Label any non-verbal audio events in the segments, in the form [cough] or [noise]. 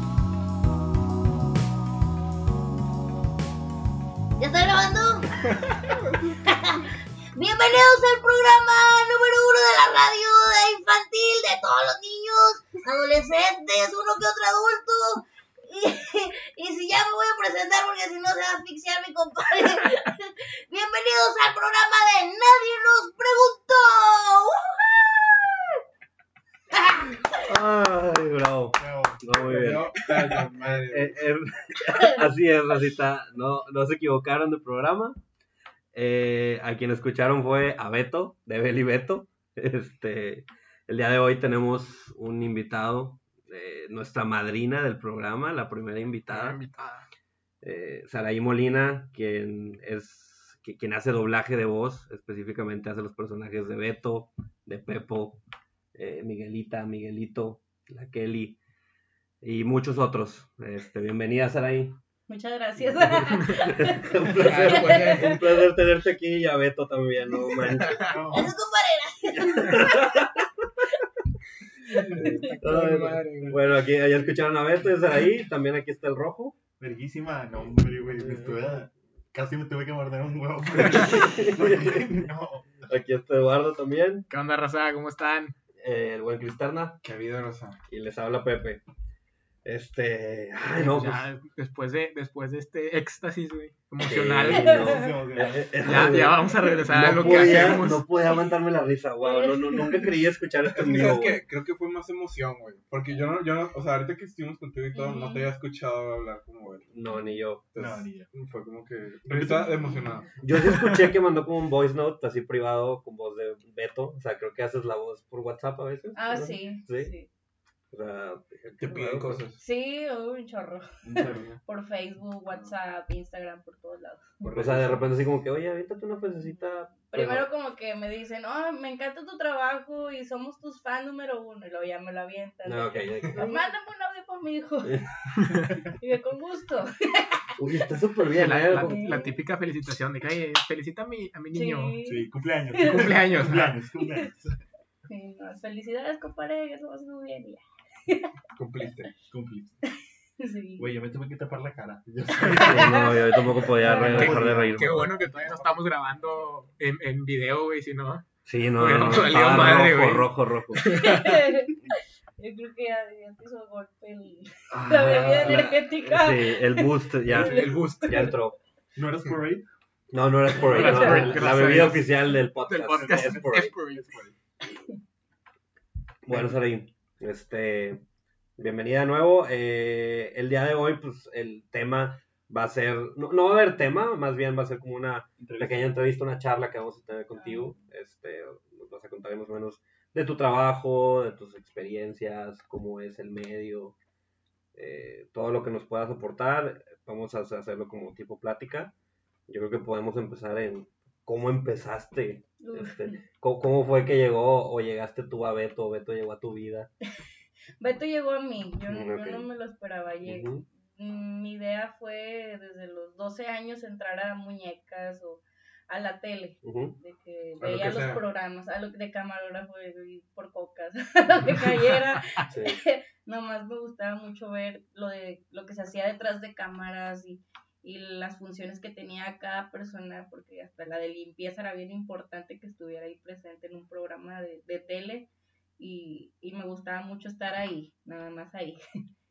[laughs] Bienvenidos al programa número uno de la radio de infantil de todos los niños, adolescentes, uno que otro adulto. Y, y si ya me voy a presentar porque si no se va a asfixiar mi compadre. [laughs] Bienvenidos al programa de Nadie nos preguntó. Ay, bravo. Bravo. No, muy bien. No, claro, madre. Eh, [laughs] eh, así es, Rosita. No, no se equivocaron de programa. Eh, a quien escucharon fue a Beto, de Beli Beto. Este, el día de hoy tenemos un invitado, eh, nuestra madrina del programa, la primera Ah, invitada, invitada. eh, Saraí Molina, quien es qui- quien hace doblaje de voz, específicamente hace los personajes de Beto, de Pepo, eh, Miguelita, Miguelito, la Kelly y muchos otros. Este, bienvenida, Saraí. Muchas gracias. un, Claro, placer, pues, eh, un placer tenerte aquí y a Beto también, no manches. [laughs] no. Eso es compadre. Está con madre, güey. Bueno, aquí ya escucharon a Beto, es ahí, también aquí está el rojo. Verguísima, no, hombre, güey. me estuve- Casi me tuve que morder un huevo. güey. [laughs] [laughs] No. Aquí está Eduardo también, ¿Qué onda, raza? ¿Cómo están? eh, el buen Cristerna, Qué vida, Rosa. y les habla Pepe. Este, ay no, pues, Ya, después, de, después de este éxtasis, güey, Sí, emocional, no. eh, eh, ya, ya vamos a regresar a no lo que podía, hacemos. no podía aguantarme la risa, wow, no, no, nunca creí escuchar esto [laughs] en vivo. ¿Sabes qué? Creo que fue más emoción, güey. Porque yo no, yo no, o sea, ahorita que estuvimos contigo y todo, no te había escuchado hablar como él. No, ni yo. No, Entonces, ni yo. fue como que. Yo estaba emocionado. Yo sí escuché que mandó como un voice note así privado con voz de Beto, o sea, creo que haces la voz por WhatsApp a veces. Ah, ¿no? sí. Sí. Sí, O sea, Te piden cosas. Sí, un chorro. [laughs] Por Facebook, WhatsApp, Instagram, por todos lados. O sea, de repente así como que, oye, aviéntate una frasecita. pero- Primero como que me dicen, oh, me encanta tu trabajo y somos tus fan número uno. Y luego ya me lo avientan. No, Ah, ok. ya- [laughs] Mándame un audio para mi hijo. y yo, con gusto. Uy, está súper bien, La, ¿eh? la- la típica felicitación de que, "Ay, felicita a mi, a mi niño. Sí. Sí, cumpleaños. Cumpleaños. Cumpleaños, cumpleaños. sí no, felicidades, compadre, eso va a ser muy bien. y ya. Cumpliste. Cumplí. [laughs] Sí. Güey, yo me tuve que tapar la cara. Yo No, yo tampoco podía re- Qué- dejar de reírme. Qué bueno que todavía no estamos grabando en, en video, güey, si no. Sí, no, Bueno, no, no, valió estaba madre, rojo, güey. rojo, rojo, yo creo que ya, ya te hizo golpe el- la Ah, bebida la- energética. Sí, el boost Ah, ya, El boost ya entró. ¿No eras por ahí? No, no era Spray, No era no, Spray, la- la gracias a bebida Dios. oficial del podcast. del podcast. es Spray. Es por- Bueno, Sarín, este, bienvenida de nuevo. Eh, el día de hoy, pues, el tema va a ser, no, no va a haber tema, más bien va a ser como una pequeña entrevista, una charla que vamos a tener contigo. Este, nos vas a contar más o menos de tu trabajo, de tus experiencias, cómo es el medio, eh, todo lo que nos puedas aportar. Vamos a hacerlo como tipo plática. Yo creo que podemos empezar en cómo empezaste, Uf. este, co- cómo fue que llegó o llegaste tú a Beto, o Beto llegó a tu vida. Beto llegó a mí, yo, Mm, yo ok. no me lo esperaba. Lleg- Ujú. mm, Mi idea fue desde los 12 años entrar a muñecas o a la tele, Ujú. de que lo veía que los sea. programas, a lo de camarógrafo y por cocas, [laughs] a lo que cayera. Sí. Nomás me gustaba mucho ver lo de lo que se hacía detrás de cámaras y, y las funciones que tenía cada persona, porque hasta la de limpieza era bien importante que estuviera ahí presente en un programa de, de tele. Y, y me gustaba mucho estar ahí, nada más ahí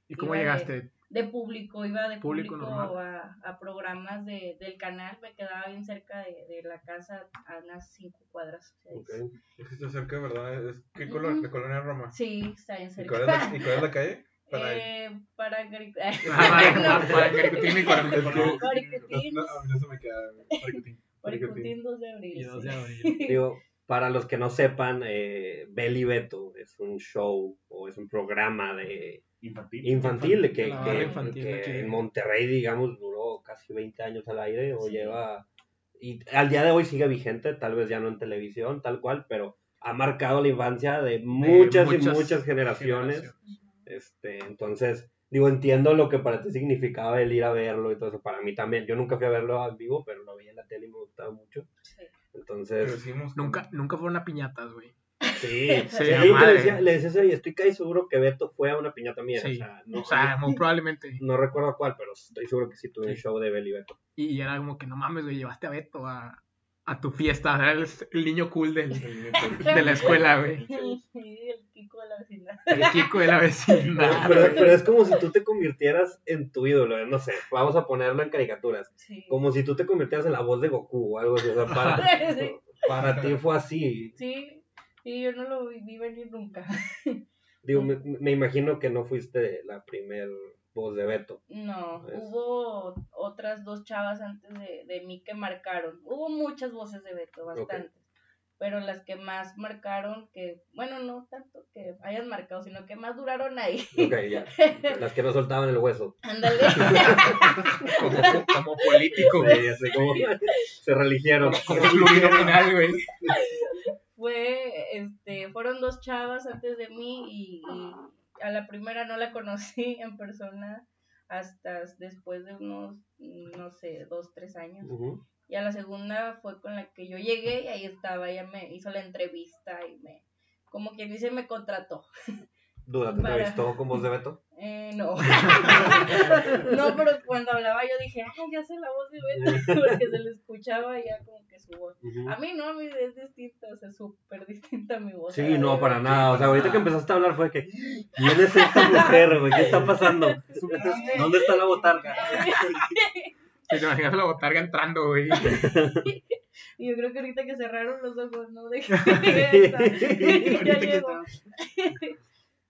¿Y cómo Iba de- llegaste? de público, iba de Público público, normal. a, a programas de, del canal, me quedaba bien cerca de, de la casa, a unas cinco cuadras. o sea, Ok. Es que está cerca, ¿verdad? Es, ¿Qué Ujú. color? La colonia Roma. Sí, está bien ¿Y cuál es la, cerca. y cuál es la calle? Para ahí. [laughs] Eh, para gri- [laughs] [laughs] Ah, No, para- para Caricutín y para- Es que- Paricutín. No, a mí no se me queda. güey. Paricutín. Paricutín, 2 de abril. Y dos de sí. abril. Digo, para los que no sepan, eh, Beli Beto es un show o es un programa de Infantil. infantil, que, la barra que- infantil que de aquí. en Monterrey, digamos, duró casi 20 años al aire o Sí. lleva... Y al día de hoy sigue vigente, tal vez ya no en televisión, tal cual, pero ha marcado la infancia de [laughs] muchas, y muchas muchas generaciones. Este, entonces, digo, entiendo lo que para ti significaba el ir a verlo y todo eso. Para mí también, yo nunca fui a verlo en vivo, pero lo veía en la tele y me gustaba mucho. Sí. Entonces, Crecimos con- Nunca, nunca fueron a piñatas, güey. Sí, Sí, [laughs] Y la ahí le madre. decía, le decía eso y estoy casi seguro que Beto fue a una piñata mía. Sí. O sea, no, O sea, muy probablemente. no recuerdo cuál, pero estoy seguro que sí tuve un Sí. show de Beli Beto. Y era como que no mames, güey, llevaste a Beto a, a tu fiesta. Era el, el niño cool del- [laughs] de la escuela, Ah, güey. El, el Kiko de la vecindad. El Kiko de la Pero, vecindad. pero- pero es como si tú te convirtieras en tu ídolo, no sé, vamos a ponerlo en caricaturas. Sí. Como si tú te convirtieras en la voz de Goku o algo así. O sea, [laughs] para, Sí, para ti fue así. sí, sí, yo no lo vi, vi venir nunca. Digo, me, me imagino que no fuiste la primer voz de Beto. No, Pues. hubo otras dos chavas antes de, de mí que marcaron. Hubo muchas voces de Beto, bastantes. Pero las que más marcaron, que, bueno, no tanto que hayan marcado, sino que más duraron ahí. [laughs] Ok, ya. Las que no soltaban el hueso. Ándale. Como, como político, güey. Sí, así como [laughs] se religieron. Como plurinominal, güey. Fue, este, fueron dos chavas antes de mí y, y a la primera no la conocí en persona hasta después de unos, no sé, dos, tres años. [laughs] Ujú. Y a la segunda fue con la que yo llegué y ahí estaba, ella me hizo la entrevista y me, como quien dice, me contrató. Duda, ¿te Para- entrevistó con voz de Beto? Eh, no. [laughs] no, pero cuando hablaba yo dije, ay, ya sé la voz de [laughs] Beto, porque se le escuchaba ya como que su voz. Ujú. A mí no, a mí es distinta, o sea, súper distinta mi voz. Sí, no, para nada. O sea, ahorita que empezaste a hablar fue que, ¿quién es esta mujer, güey? ¿Qué está pasando? ¿Dónde está la botarga? Si te imaginas la botarga entrando, güey. Y yo creo que ahorita que cerraron los ojos, [laughs] no dejé. ya llegó.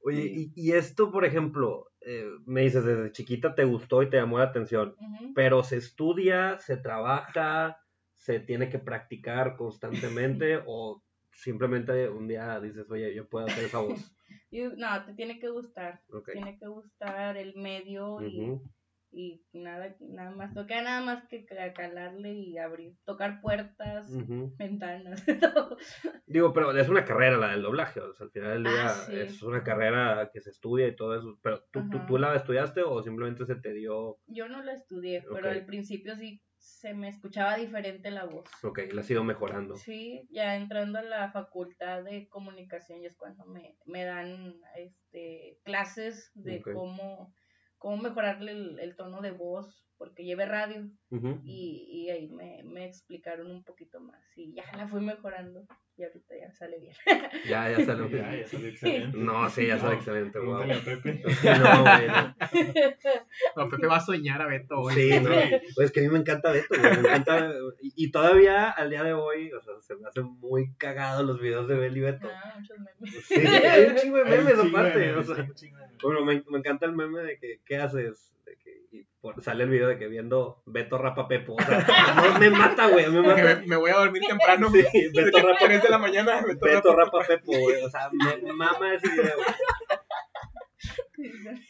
Oye, y, y esto, por ejemplo, eh, me dices, desde chiquita te gustó y te llamó la atención, Ujú. pero se estudia, se trabaja, se tiene que practicar [laughs] constantemente o simplemente un día dices, oye, yo puedo hacer esa [laughs] voz. Y, no, te tiene que gustar. Ok. Tiene que gustar el medio y Ujú. y nada, nada más, no queda nada más que ca- calarle y abrir, tocar puertas, Ujú. ventanas, [laughs] todo. Digo, pero es una carrera la del doblaje, o sea, al final del Ah, día sí. es una carrera que se estudia y todo eso, pero ¿tú, tú, Ajá. tú la estudiaste o simplemente se te dio, Yo no lo estudié, pero Ok. al principio sí se me escuchaba diferente la voz. ok, la has ido mejorando? Sí, ya entrando a la facultad de comunicación ya es cuando me, me dan este clases de Ok. cómo, cómo mejorarle el, el tono de voz, porque llevé radio Ujú. y, y ahí me, me explicaron un poquito más y ya la fui mejorando y ahorita ya sale bien. Ya, ya salió. [laughs] Ya, ya salió excelente. No, sí, ya sale No, excelente, wow. Pregúntale a Pepe. Sí, no, güey, no. [laughs] No, Pepe va a soñar a Beto, güey. Sí, no, pues que a mí me encanta Beto, güey, me encanta, y, y todavía al día de hoy, o sea, se me hacen muy cagados los videos de Beli Beto. Ah, muchos memes. Sí, hay un chingo de [laughs] Hay un memes chingo de aparte, o memes, sea, hay un chingo de memes. bueno, me, me encanta el meme de que, ¿qué haces? De que, y por- sale el video de que viendo Beto rapa Pepo, o sea, no, me mata, güey, a mí me Porque me, mata. me voy a dormir temprano. Sí, güey. Beto rapa 3 de la mañana. Beto Beto Rapa. rapa Pepo, güey, o sea, me mama ese video. güey. [laughs]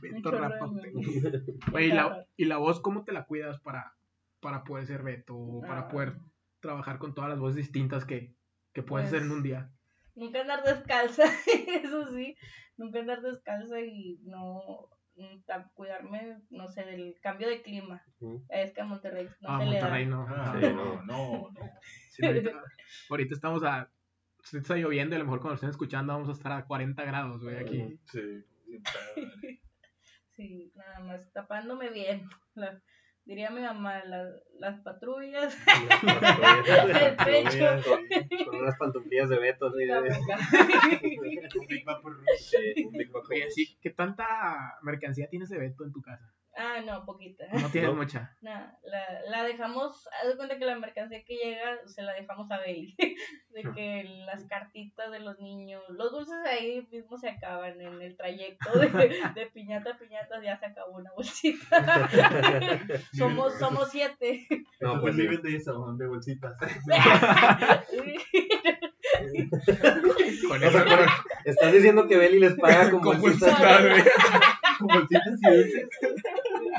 Beto Un chorro Rapa. de memes. Oye, ¿y la, y la voz cómo te la cuidas para, para poder ser Beto? O para Ah. poder trabajar con todas las voces distintas que, que puedes Pues, hacer en un día. Nunca andar descalza, [laughs] eso sí, nunca andar descalza y no mm, ta- cuidarme, no sé, del cambio de clima. Ujú. Es que a Monterrey no ah, se Monterrey le da. no. Ah, Sí. no, no, no. Sí, [laughs] ahorita, ahorita estamos a... si Está lloviendo y a lo mejor cuando lo estén escuchando vamos a estar a 40 grados, güey, aquí. Sí. [laughs] Sí, nada más tapándome bien. [laughs] La- diría mi mamá, la- las patrullas, [laughs] el pecho, Con unas pantumillas de Beto, así la de... boca. Un Big Mac por- Sí, un Big Mac Oye, sí, ¿qué tanta mercancía tienes de Beto en tu casa? [laughs] Ah, no, poquita. [laughs] No tienes No. mucha. Nada, la, la dejamos, haz de cuenta que la mercancía que llega se la dejamos a Bailey. [laughs] De que las cartitas de los niños, los dulces ahí mismo se acaban en el trayecto [laughs] de, de piñata a piñata, ya se acabó una [laughs] bolsita. [laughs] somos, somos siete. [laughs] No, pues Entonces sí. viven de eso, de bolsitas. Con O eso, [laughs] sea, pero estás diciendo que Beli les [laughs] paga con con bolsitas, bolsitas. güey. Con bolsitas y dulces.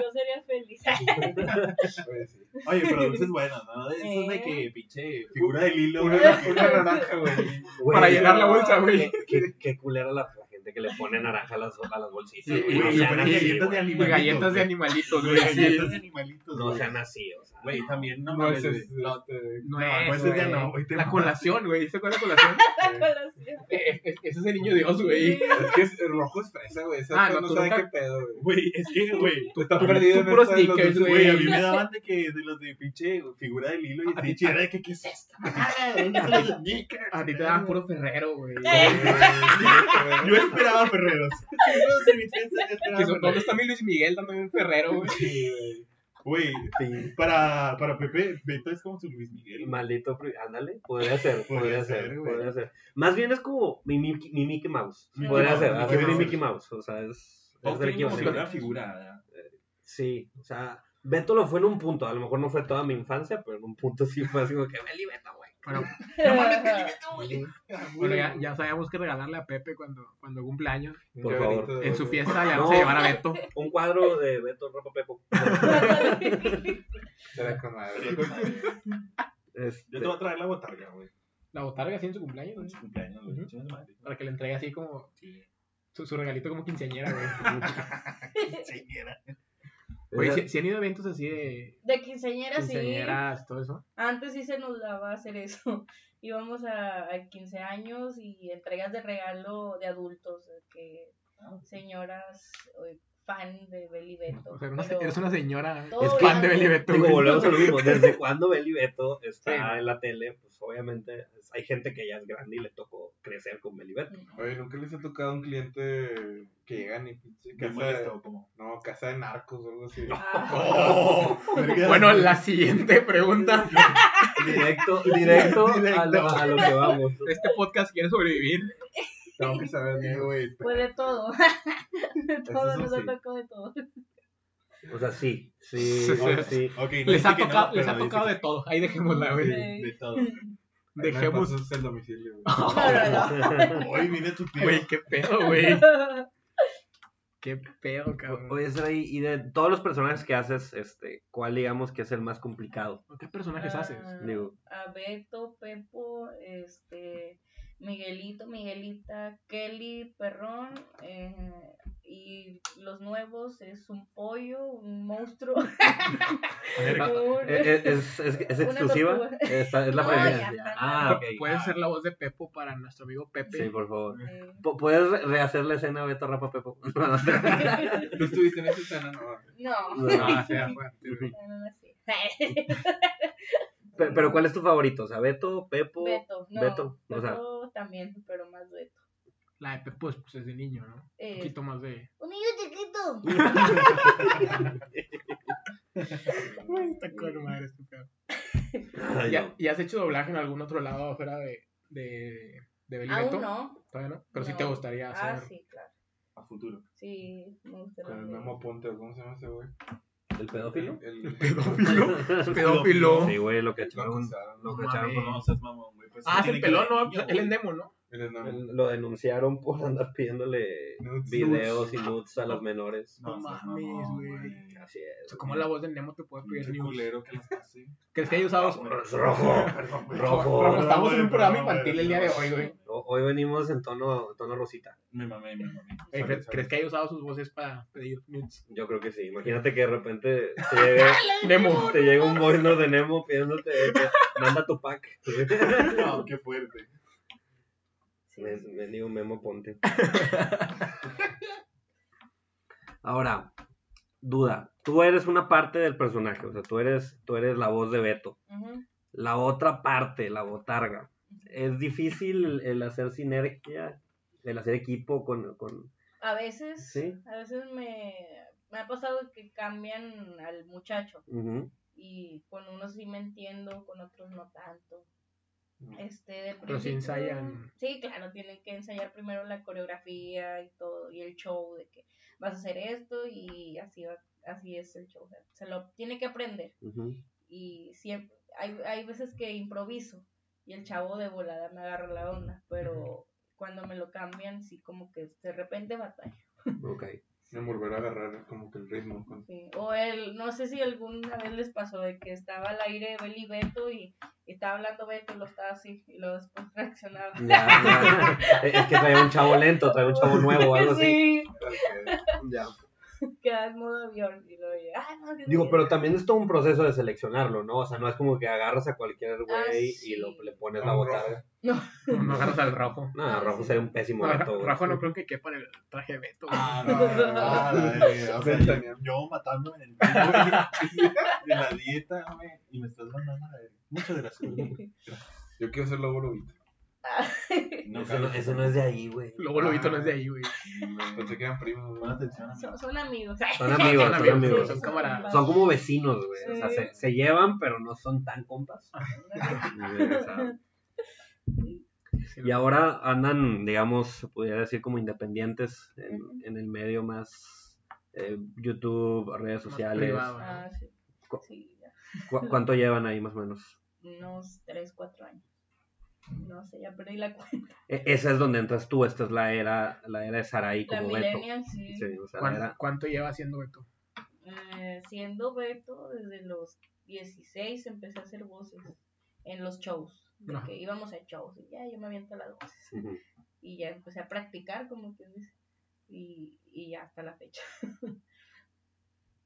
Yo sería feliz. Oye, sí. Oye, pero dulces buenas, ¿no? De Eso de que [laughs] pinche figura de Lilo. Una, una naranja, güey. Güey, Para llenar la bolsa, güey. Ah, Qué, qué, qué culera la, la gente gente que le pone naranja a las, a las bolsitas. Sí, güey, güey, no le sean ponen así, galletas de güey. Y animalitos. galletas de güey. animalitos, güey. Güey, galletas de Sí. animalitos. No güey. sean así, o sea. Güey, también, no No, mames, es, güey. es- este, No No, es, ese día güey. no, güey, te La mamaste. colación, güey. ¿Se acuerdan de la [laughs] colación? La colación. Eh, eh, eh, Ese es el niño Dios, güey. es que es, el rojo es fresa, güey. Esas Ah, cosas no, no, tú saben nunca- qué pedo, güey. Güey, es que, güey. Tú estás tú- perdido tú en puros esto de los sneakers, dulces, [laughs] güey. Güey, a mí me daban de que de los de pinche figura de Lilo y Stitch, y era de que, ¿qué es esta? madre? ¿Dónde [laughs] están los sneakers? A ti te daban [laughs] puro Ferrero, güey. Eh. Yo esperaba [laughs] Ferreros. Yo de mis fiestas, yo esperaba Que son- ¿Dónde Ferreros. está mi Luis Miguel dándome un Ferrero, güey? Sí, güey. Güey, para, para Pepe, Beto es como su Luis Miguel. güey. Maldito, pri- ándale, podría ser, Podría podría ser, ser, güey. podría ser. Más bien es como mi, Mickey- mi Mickey Mouse. Mickey podría Mouse, ser, Mickey hacer mi Mouse. Mickey Mouse. O sea, es, es del tiene como si equivalente. fuera una figura. ¿verdad? Sí, o sea, Beto lo fue en un punto. A lo mejor no fue toda mi infancia, pero en un punto sí fue así como que Beli Beto, güey. [laughs] Bueno, [laughs] bueno, ya, ya sabíamos que regalarle a Pepe cuando, cuando cumple años. Por Qué favor. bonito, En su güey. fiesta le No. vamos a llevar a Beto. Un cuadro de Beto Ropa Pepo. Estará con madre. Este, Yo te voy a traer la botarga, güey. La botarga así en su cumpleaños, En güey. su cumpleaños, güey. Chingas madre. Para que le entregue así como Sí. su, su regalito como quinceañera, güey. Señora. Oye, esa- si, si han ido a eventos así de De quinceañera, sí. quinceañeras, todo eso. Antes sí se nos daba hacer eso. [laughs] Íbamos a, a 15 años y entregas de regalo de adultos, de que Ah, señoras eh, fan de Beli Beto. O sea, eres una, pero eres una señora. todo Es fan de blanco. Beli Beto, Digo, güey. volvemos a lo mismo. [laughs] Desde cuando Beli Beto está Sí, güey. en la tele, pues obviamente es- hay gente que ya es grande y le tocó crecer con Beli Beto. Oye, nunca les ha tocado un cliente que llega ni pinche Qué casa de, molesto, como. no, casa de narcos o algo así. Ah, [laughs] ¡Oh! verga. [laughs] Bueno, la siguiente pregunta. [laughs] Directo, directo, A, Directo. lo, a lo que vamos. Este podcast quiere sobrevivir. Tengo que saber, Eh, ¿no? güey, Pues de todo. [laughs] De todo, Eso nos sí. ha tocado de todo. O sea, sí, sí, Sí, sí. sí. Ok, no Les dice ha que no, tocado, les pero ha dice tocado que de todo. Ahí dejémosla, güey. de- De todo. Ahí me Dejemos. Ah. pasas el domicilio. No, [laughs] no, no. Hoy viene tu tío. Güey, qué pedo, güey. Qué pedo, cabrón. Oye, Sray, y de todos los personajes que haces, este, ¿cuál digamos que es el más complicado? ¿Qué personajes haces? Ah, Digo. A Beto, Pepo, este, Miguelito, Miguelita, Kelly, Perrón, eh, y los nuevos es un pollo, un monstruo. [laughs] un- Eh, eh, ¿Es, es, es Una exclusiva? tortuga. Esta- es la No, primera. ya. Ah, ok. Puedes ser la voz de Pepo para nuestro amigo Pepe. Sí, por favor. eh, P- ¿Puedes re- rehacer la escena de Beto Rapa Pepo? [laughs] ¿Tú estuviste en esa escena? No. este, no, no, [laughs] Ah, sí, ah, bueno. no, no sé. Pe- Pero ¿cuál es tu favorito? O sea, Beto, Pepo. Beto, no, Beto, o sea. Pepo también, pero más Beto. La de Pepo es, pues, es de niño, ¿no? Un Eh, poquito más de. Un niño chiquito. Está con madre este pedo. Ay, ¿Y, no. ha- y has hecho doblaje en algún otro lado afuera de, de, de Beli Beto? Aún no. Todavía no. Pero sí No. te gustaría Ah, hacer. sí, claro. A futuro. Sí, me gusta. Con el la- Memo Ponte, ¿cómo se llama ese güey? ¿El pedófilo? El, el Pedófilo. [laughs] Pedófilo. Sí, güey, lo que Lo echaron. pues, acusaron, Lo No cacharon mames. por- No seas mamón, güey. Pues, Ah, es tiene el que pelón, ser ¿no? niño, güey. Él es Nemo, ¿no? el enano. Lo denunciaron por andar pidiéndole Nudes. videos y nudes a las menores. No seas mames, mamón, güey. güey. Así O es. sea, ¿Cómo la voz de Nemo te puede pedir Pinche ni un- culero que las pase. ¿Crees que haya usado? Es rojo. Perdón, güey. Rojo. Rojo, estamos en güey, un programa perdón, infantil el día de hoy, güey. O- Hoy venimos en tono, tono rosita. Me mamé, me mamé. Eh, Sale, ¿cre- sale. ¿Crees que haya usado sus voces para pedir [laughs] nudes? Yo creo que sí. Imagínate que de repente te llegue, Nemo. te llega un voice note de Nemo pidiéndote que manda tu pack. No, qué fuerte. [laughs] Me, me digo Memo Ponte. Ahora, duda. Tú eres una parte del personaje, o sea, tú eres, tú eres la voz de Beto. Ujú. La otra parte, la botarga. Es difícil el hacer sinergia, el hacer equipo con... con... A veces, Sí. a veces me, me ha pasado que cambian al muchacho Ujú. y con unos sí me entiendo, con otros no tanto. Mm. Este, de Pero sí principio- ensayan. Sí, claro, tienen que ensayar primero la coreografía y todo, y el show de que vas a hacer esto y así va- así es el show. o sea, se lo tiene que aprender Ujú. y siempre hay, hay veces que improviso y el chavo de volada me agarra la onda, pero cuando me lo cambian sí como que de repente batalla. Ok. en volver a agarrar como que el ritmo. con- Sí, O el, no sé si alguna vez les pasó de que estaba al aire Beli Beto y, y estaba hablando Beto y lo estaba así y luego después [laughs] reaccionaba. Ya, ya. Es que traía un chavo lento, traía un chavo nuevo o algo así. Sí, Ya. quedaba en modo avión y luego ya, ah, no, que Digo, sí. pero también es todo un proceso de seleccionarlo, ¿no? O sea, no es como que agarras a cualquier güey Ah, sí. y lo, le pones A la un botarga. No agarras al rojo. No, Ah, Rojo sería un pésimo No, Ra- gato, güey. Rajo no creo que quepa en el traje de Beto. güey. Ah, no, no, no. Ah, la verga, o sea, yo, Ventaneando. yo matándome en el pelo, güey, de la dieta, güey, y me estás mandando a la verga. Muchas gracias. güey. Yo quiero ser lobo lobito. No, Eso no, eso no es de ahí, güey. Luego lo no es de ahí, güey. Pensé que eran primos. Pon güey. atención a mí. son, son amigos. Son [laughs] amigos, son amigos. son camaradas. Son como vecinos, güey. O sea, Ah. Sí. se, se llevan, pero no son tan compas. [laughs] O sea, y ahora andan, digamos, se pudiera decir como independientes en, en el medio más eh, YouTube, redes Más sociales. privado, ¿no? Ah, sí. Co- Sí, ya. ¿Cu- ¿Cuánto llevan ahí más o menos? unos 3, 4 años. No sé, ya perdí la cuenta. E- esa es donde entras tú, esta es la era, la era de Saraí La como Beto. millennial, sí. Sí, o sea, la ¿Cuán- era- ¿Cuánto lleva haciendo Beto? Eh, siendo Beto, desde los 16 empecé a hacer voces en los shows. de Ajá. que íbamos a shows y ya yo me aviento las voces. Ujú. Y ya empecé a practicar, como quien dice. Y, y ya hasta la fecha.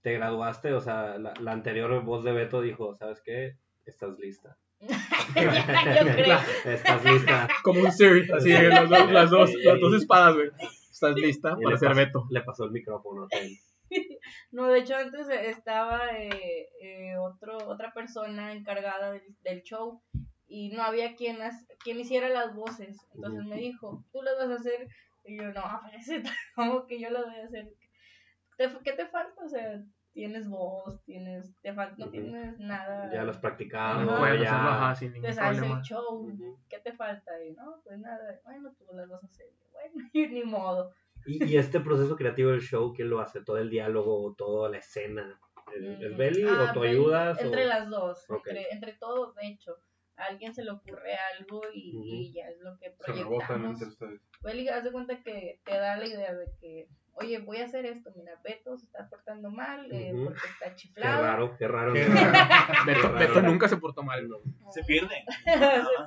Te graduaste, o sea, la, la anterior voz de Beto dijo, ¿sabes qué? Estás lista. [laughs] Ya, [laughs] yo creo. Estás lista. Como [laughs] un Siri, así, las, dos- las dos, las dos espadas, güey. ¿Estás lista Y para le ser pasó- Beto? Le pasó el micrófono. sí. No, de hecho antes estaba eh, eh, otro, otra persona encargada del, del show y no había quien, as- quien hiciera las voces. Entonces me dijo, tú las vas a hacer. Y yo, no, [laughs] parece como que yo las voy a hacer. ¿Te- ¿Qué te falta? O sea, tienes voz, tienes, te falta, no Ujú. tienes nada. Ya lo has practicado, Ajá. Puedes hacerlo, Ah, ya. ajá, sin ningún Pues haz problema. el show, Ujú. ¿qué te falta? Y no, pues nada, bueno, tú las vas a hacer. [laughs] Bueno, y ni modo. Y, y este proceso creativo del show, ¿quién lo hace? ¿Todo el diálogo, toda la escena? ¿Es, es Mm. Beli Ah, o tú Beli, ayudas? Entre o- las dos, Ok. entre, entre todos, de hecho. A alguien se le ocurre algo y, Ujú. y ya es lo que Se rebotan proyectamos. entre ustedes. Beli, haz de cuenta que te da la idea de que, oye, voy a hacer esto, mira, Beto se está portando mal eh, Ujú. porque está Qué chiflado. raro, qué raro. Qué ¿no? raro. Beto, Qué Beto raro. nunca se portó mal, güey. Se pierde. se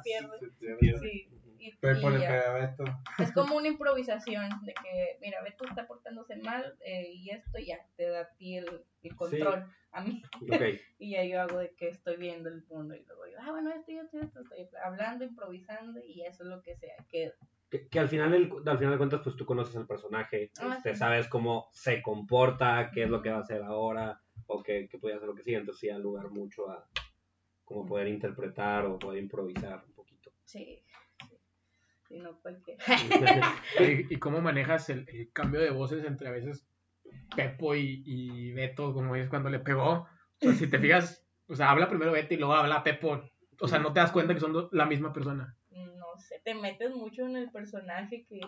pierde. Se Se pierde. pierde. Sí. Y, Pepo y le ya. pega a Beto. Es como una improvisación de que, mira, Beto está portándose mal eh, y esto ya te da a ti el, el control. A mí Ok. Y ya yo hago de que estoy viendo el mundo y luego yo, ah, bueno, esto y esto y esto, estoy hablando, improvisando y eso es lo que sea, queda. Que, que al final el- al final de cuentas, pues tú conoces al personaje, Ah, te sí. sabes cómo se comporta, qué es lo que va a hacer ahora, o qué, qué puede hacer lo que sigue, entonces sí da lugar mucho a como poder interpretar o poder improvisar un poquito. [laughs] Sí, sí. Y no cualquier. ¿Y, y cómo manejas el, el cambio de voces entre a veces Pepo y, y Beto, como es cuando le pegó? O sea, si te fijas, o sea, habla primero Beto y luego habla Pepo. O sea, no te das cuenta que son do- la misma persona. No sé, te metes mucho en el personaje que,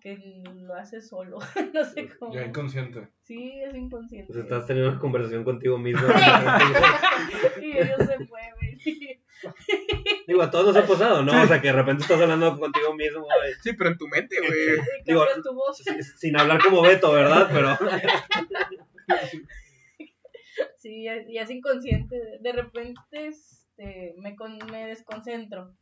que lo haces solo, [laughs] no sé cómo. Ya inconsciente. Sí, es inconsciente. Pues estás teniendo una conversación contigo mismo. [laughs] y ellos se mueven. [laughs] Digo, a todos nos ha pasado, ¿no? O sea, que de repente estás hablando contigo mismo eh, Sí, pero en tu mente, güey. Y Digo, cambias tu voz. sin- sin hablar como Beto, ¿verdad? Pero Sí, ya, ya es inconsciente. De- De repente este, me, con- me desconcentro.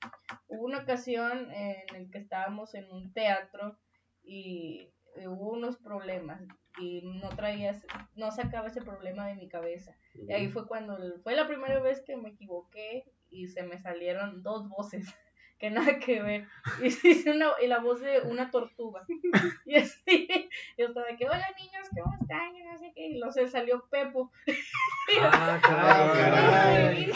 Hubo una ocasión en la que estábamos en un teatro y y hubo unos problemas y no traía, no sacaba ese problema de mi cabeza. Y ahí fue cuando, fue la primera vez que me equivoqué y se me salieron dos voces [laughs] que nada que ver. Y, [laughs] hice una- y la voz de una tortuga. [laughs] Y así, yo estaba de que, hola niños, ¿cómo están? Y no sé qué. Y luego se salió Pepo. Ah, Ah, caray. caray.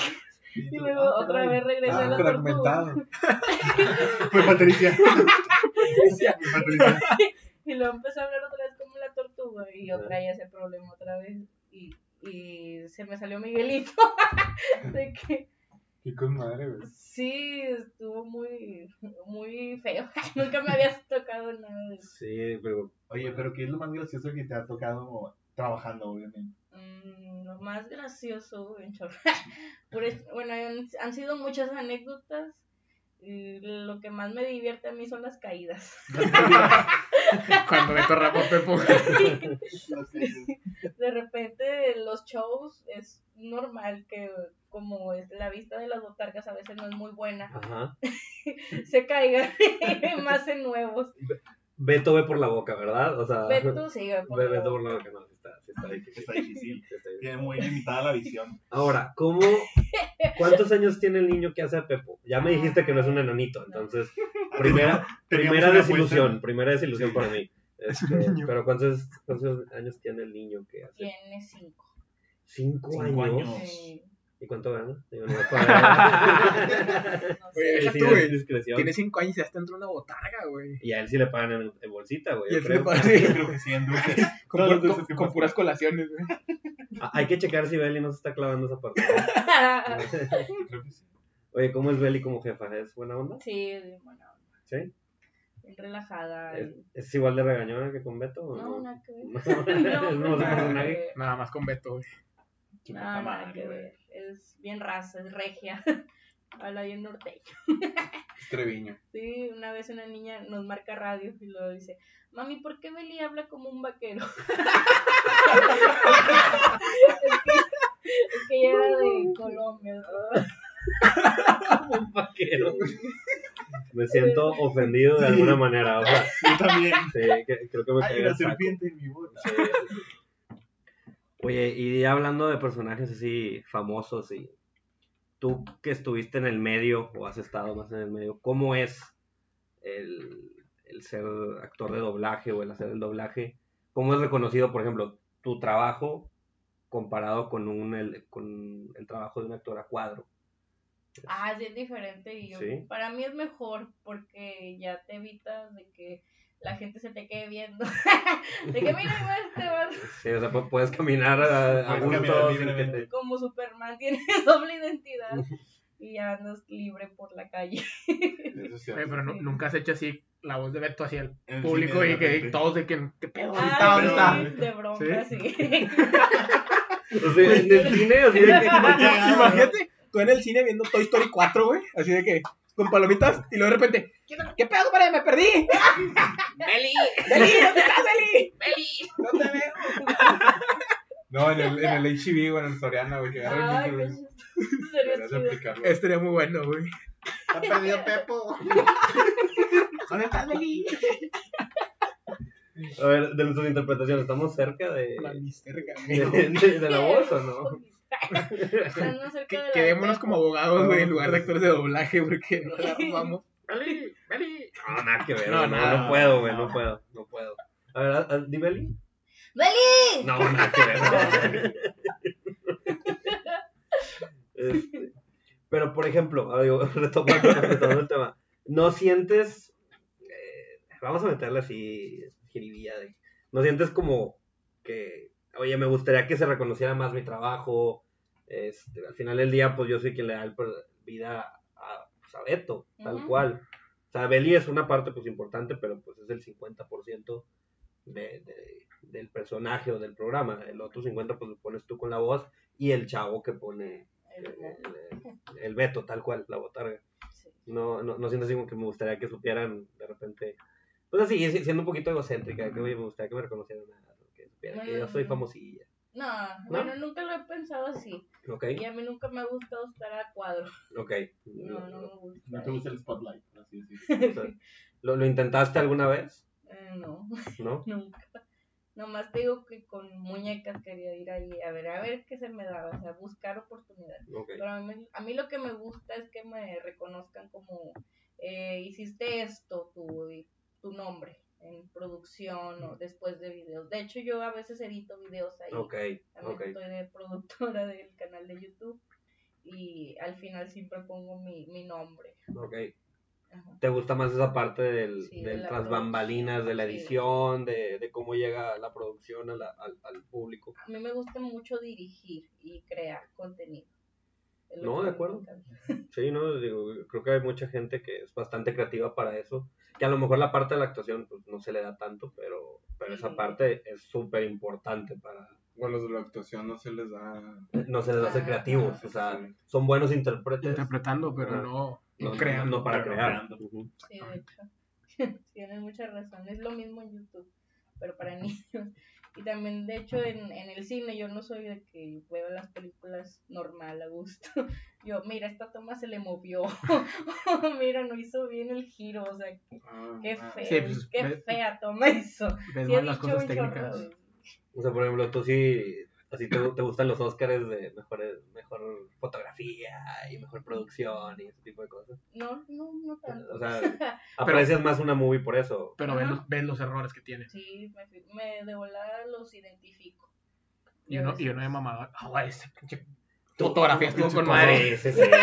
Y luego otra vez regresé a la tortuga. Ah, Fragmentado. [laughs] Fue Patricia. Fue Patricia. Y luego empecé a hablar otra vez como la tortuga. Y yo traía ese problema otra vez. Y, y se me salió Miguelito. [laughs] de que Qué con madre, güey. sí, estuvo muy, muy feo. [laughs] Nunca me habías tocado nada. de- Sí, pero Oye, pero ¿qué es lo más gracioso que te ha tocado trabajando, [laughs] obviamente? Mm, lo más gracioso, güey, en chorro. [laughs] Por es- bueno, han, han sido muchas anécdotas. y Lo que más me divierte a mí son las caídas. Cuando Beto rapó a Pepo. [laughs] de repente los shows es normal que como es la vista de las botargas a veces no es muy [laughs] buena, Ajá. se caigan [laughs] más en nuevos. Beto ve por la boca, ¿verdad? O sea, Beto sí, ve [laughs] por ve la Beto boca. por la boca. No, sí está, sí está difícil. Está difícil. sí está difícil. Tiene muy limitada la [laughs] visión. Ahora, ¿cómo, ¿cuántos años tiene el niño que hace a Pepo? Ya me dijiste que no es un enanito, [laughs] entonces, primera, Teníamos primera una desilusión, apuesta. primera desilusión para mí. Este, un niño. pero ¿cuántos, ¿cuántos años tiene el niño que hace? Tiene cinco. ¿Cinco, Cinco años? años. Sí. ¿Y cuánto gana? Digo, no, para- No sé. Oye, deja Sí, tú, es güey. discreción. Tiene 5 años y ya está dentro de una botarga, güey. Y a él sí le pagan en, en bolsita, güey. Y yo él se le creo. [laughs] pasa Yo creo que sí, en dulces. con, Todos pu- los dulces con- que con pasan. puras colaciones, güey. Ah, Hay que checar si Beli no se está clavando esa parte. [laughs] Creo que sí. Oye, ¿cómo es Beli como jefa? ¿Es buena onda? [laughs] sí, es bien buena onda, ¿Sí? bien relajada. ¿Es, y- es igual de regañona que con Beto? o No, no? nada que [laughs] ver. No, [laughs] es un No, personaje. nada Nada más con Beto, güey. Qué que ver. poca No, nada madre, que güey. ver. Es bien raza, es regia. [laughs] Habla bien norteño. Treviño. Sí, una vez una niña nos marca radio y luego dice, mami, ¿por qué Beli habla como un vaquero? [laughs] es, que, es que ella era de Colombia. ¿no? un [laughs] vaquero. Me siento ofendido de alguna manera. O sea, Yo también. sí, que- creo que me Hay caiga una el saco. serpiente en mi bota. Oye, y ya hablando de personajes así famosos y tú que estuviste en el medio o has estado más en el medio, ¿cómo es el, el ser actor de doblaje o el hacer el doblaje? ¿Cómo es reconocido, por ejemplo, tu trabajo comparado con, un, el, con el trabajo de un actor a cuadro? Ah, sí, es diferente. Y yo- Sí. Para mí es mejor porque ya te evitas de que la gente se te quede viendo. [laughs] de que mira, igual este va Sí, o sea, pu- puedes caminar a, a Puedes gusto caminar sin que libremente. te- como Superman, tiene [laughs] doble identidad y ya andas libre por la calle. Eso sí. Oye, pero nu- Sí. nunca has hecho así la voz de Beto hacia el En el público cine, de y que repente. y todos de que, ¿qué pedo? ¿Dónde está? Ah, ¿Dónde sí, está? de bronca, ¿Sí? sí. O sea, en el cine, así de que- [laughs] Ah, Imagínate, tú en el cine viendo Toy Story 4, güey, así de que con palomitas y luego de repente, ¿qué, qué pedo, para me perdí? Beli, ¡Beli, ¿dónde estás, Beli? Beli. No te veo. No, en el, en el HB o en el Soriana, güey. Que agarra Ay, el qué micro. chistoso, [laughs] sería Deberías de chido. aplicarlo. Estaría muy bueno, güey. Está perdido Pepo. ¿Dónde estás, Beli? A ver, de nuestra interpretación, ¿estamos cerca de, La misterga, güey. [laughs] de, de- de la voz o no? Están más cerca Que- de la Quedémonos de- como abogados, güey, en lugar de actores de doblaje, porque no [laughs] la vamos. Beli, Beli. No, nada que ver. No, No, no, nada. no puedo, güey, no puedo, no puedo. A ver, a- a- di Beli. ¡Beli! No, nada que ver. Este, pero, por ejemplo, ah, digo, [laughs] retomando, retomando el tema, ¿no sientes, eh, vamos a meterle así, jiribilla, de, ¿no sientes como que, oye, me gustaría que se reconociera más mi trabajo? Este, al final del día, pues yo soy quien le da el per- vida a, pues, a Beto, tal Ujú. cual. O sea, Beli es una parte pues importante, pero pues es el 50% de, de- del personaje o del programa. El otro 50 pues lo pones tú con la voz y el chavo que pone el, el- el veto, tal cual, la botarga. Sí. No, no, no siento así como que me gustaría que supieran de repente. Pues así, si- siendo un poquito egocéntrica, que oye, me gustaría que me reconocieran nada, que supieran que yo soy Mm. famosilla. No, bueno, nunca lo he pensado así. Ok, Y a mí nunca me ha gustado estar a cuadro. ok. No, [laughs] no me gusta. No te gusta el spotlight, por así decirlo. O sea, ¿lo, ¿Lo intentaste alguna vez? Eh, no, [laughs] ¿No? nunca. Nomás te digo que con muñecas quería ir ahí a ver, a ver qué se me daba, o sea, buscar oportunidades. Ok. Pero a mí, a mí lo que me gusta es que me reconozcan como eh, hiciste esto, tu, tu nombre en producción o después de videos. De hecho, yo a veces edito videos ahí. Ok, También ok. estoy de productora [laughs] del canal de YouTube y al final siempre pongo mi, mi nombre. Ok. Ajá. ¿Te gusta más esa parte del, Sí, de del la tras bambalinas, de la producción, edición, sí. de, de cómo llega la producción a la- al, al público? A mí me gusta mucho dirigir y crear contenido. Es lo No, que de me acuerdo. encanta. Sí, ¿no? Digo, creo que hay mucha gente que es bastante creativa para eso, que a lo mejor la parte de la actuación pues, no se le da tanto, pero, pero esa Sí. parte es súper importante para... O a los de la actuación no se les da. No se les hace Ah, creativos, o sea, son buenos intérpretes, Interpretando, pero pero Ah. no, no, no- creando. no para pero crear. creando. Ujú. [laughs] Sí, de hecho. Tienes mucha razón. Es lo mismo en YouTube. pero para niños. Y también, de hecho, en, en el cine yo no soy de que veo las películas normal, a gusto. [laughs] Yo, mira, esta toma se le movió. [laughs] O, mira, no hizo bien el giro. O sea, Ah, qué ah. feo, Sí, pues, qué ve- fea toma hizo. Ves Sí, he más las dicho cosas un chorro, técnicas. güey. O sea, por ejemplo, tú sí, así te, te gustan los Oscars de mejor, mejor fotografía y mejor producción y ese tipo de cosas. No, no, no tanto. O sea, [laughs] aprecias más una movie por eso. Pero ves Ajá. los, ves los errores que tiene. Sí, me, fi- me de volada los identifico. Y Yo uno, de y uno de esos. mamada. Ah, güey, esa pinche fotografía estuvo con madre. Sí, sí, sí, güey.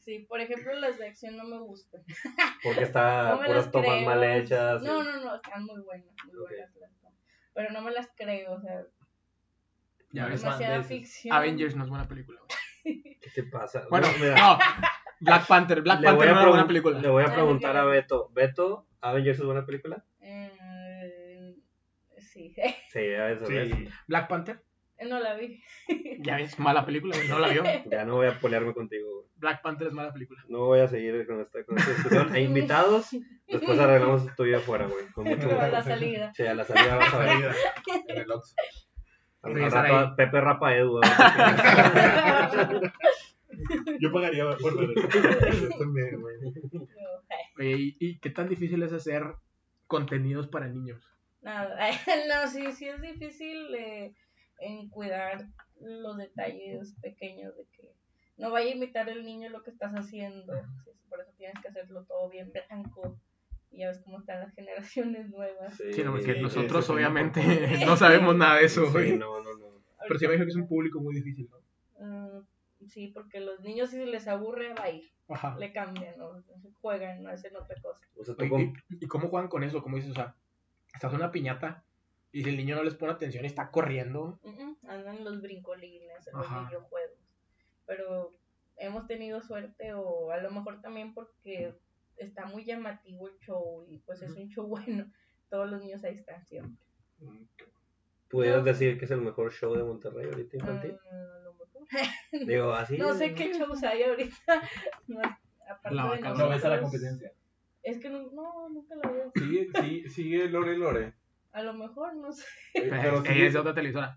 Sí, por ejemplo, las de acción no me gustan. Porque está No me las puras tomas creo. mal hechas. No, y- no, no, están muy buenas, muy Ok. buenas las dos. Pero no me las creo, o sea, Ya ves. demasiada ficción. Avengers no es buena película. güey. ¿Qué te pasa? Bueno, No, mira, no. Black Panther. Black le voy Panther a no es buena pregun- película. Le voy Ah, a preguntar ok. a Beto. ¿Beto, Avengers es buena película? Eh, sí, [laughs] Sí, a veces. ¿ves? Sí. Black Panther. no la vi. Ya ves, mala película, güey. No la vio. Ya no voy a polearme contigo. güey. Black Panther es mala película. No voy a seguir con esta, con esta discusión. Hay invitados. Después arreglamos tu vida afuera, güey. Con mucho Pero a la gusto. [laughs] salida. [laughs] Sí, a la salida vas a ver. Salida. En el Oxxo. Al- al Regresar rato ahí. Pepe rapa Edu. güey. Yo pagaría por regresar. Yo también, güey. Yo, Oye, ¿y, y qué tan difícil es hacer contenidos para niños? Nada, [laughs] no, sí, sí es difícil eh, en cuidar los detalles pequeños de que no vaya a imitar el niño lo que estás haciendo, sí, sí, por eso tienes que hacerlo todo bien blanco y ya ves cómo están las generaciones nuevas. Sí, no, porque sí, nosotros sí, sí, [laughs] obviamente no sabemos nada de eso, sí, güey. no, no, no. Pero sí me imagino que es un público muy difícil, ¿no? Ah, sí, porque los niños si les aburre, va a ir, Ajá. le cambian, ¿no? juegan, no hacen otra cosa. O sea, tú Oye, con- ¿Y, y cómo juegan con eso? Como dices, o sea, estás en una piñata y si el niño no les pone atención y está corriendo. Mm, mm, andan los brincolines, en Ajá. los videojuegos. Pero hemos tenido suerte, o a lo mejor también porque está muy llamativo el show y pues es un show [laughs] bueno. Todos los niños ahí están siempre. pudieras decir que es el mejor show de Monterrey ahorita infantil. Ah, a lo mejor. Digo, así. Ah. No sé qué shows hay ahorita. [laughs] No, aparte La de vaca nosotros. No No ves a la competencia. Es que no, no, nunca la veo. Sigue, sigue, sigue Lore Lore. A lo mejor, no sé. Eh, Pues, Pero ella sigue, es de otra [laughs] televisora.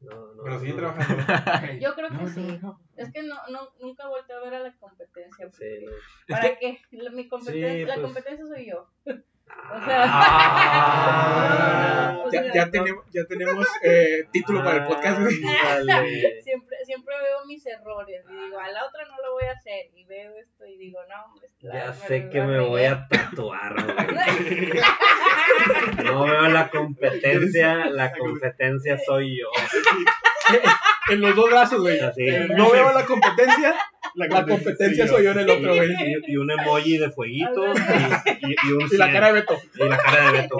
No, no, pero sigue no. trabajando. Yo creo que No, sí. no, no. Es que no, no, nunca volteé a ver a la competencia. Sí, porque- no. ¿Para qué? La, mi competen- Sí, la pues. competencia soy yo. O sea, [laughs] Ah. O sea, ya, Ah. ya no. tenemos, ya tenemos eh, título para el podcast, güey. Ándale. [laughs] siempre, siempre veo mis errores y digo, a la otra no lo voy a hacer. Y veo esto y digo, no, hombre, Ya sé que me voy a tatuar, güey. No veo la competencia, la competencia soy yo. En los dos brazos, güey. Eh, Así. No veo la [laughs] competencia, la competencia soy yo en el otro, güey. Y, y un emoji de fueguito y, y- y un Y la cien. cara de Beto. Y la cara de Beto.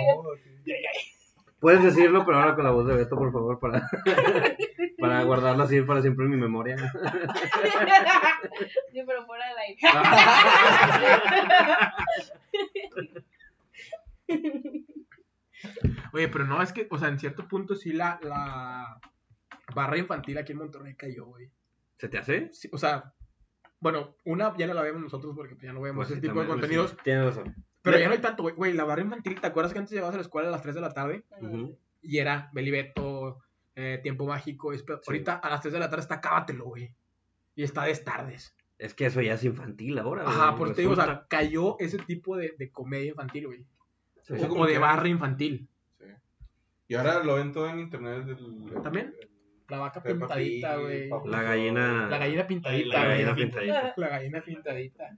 Puedes decirlo, pero ahora con la voz de Beto, por favor, para, para guardarla así para siempre en mi memoria. [laughs] sí, pero fuera del aire. Oye, pero no, es que, o sea, en cierto punto sí la, la barra infantil aquí en Monterrey cayó, güey. ¿Se te hace? Sí, o sea, bueno, una ya no la vemos nosotros porque ya no vemos Pues ese sí, tipo de también, pues contenidos, sí. Tienes razón. pero ya no hay tanto, güey. Güey, la barra infantil, ¿te acuerdas que antes llegabas a la escuela a las 3 de la tarde? Ujú. Y era Belibeto, eh, Tiempo Mágico, es- ahorita a las 3 de la tarde está Cábatelo, güey. Y está de tardes. Es que eso ya es infantil ahora. Ajá, güey, por te digo, o resulta. sea, cayó ese tipo de, de comedia infantil, güey. Sí. O, o de barra infantil. Sí. Y ahora lo ven todo en internet. del- ¿También? La vaca Peppa pintadita, Pig, güey. Pau- La gallina. La gallina pintadita, La güey. gallina pintadita. [laughs] La gallina pintadita.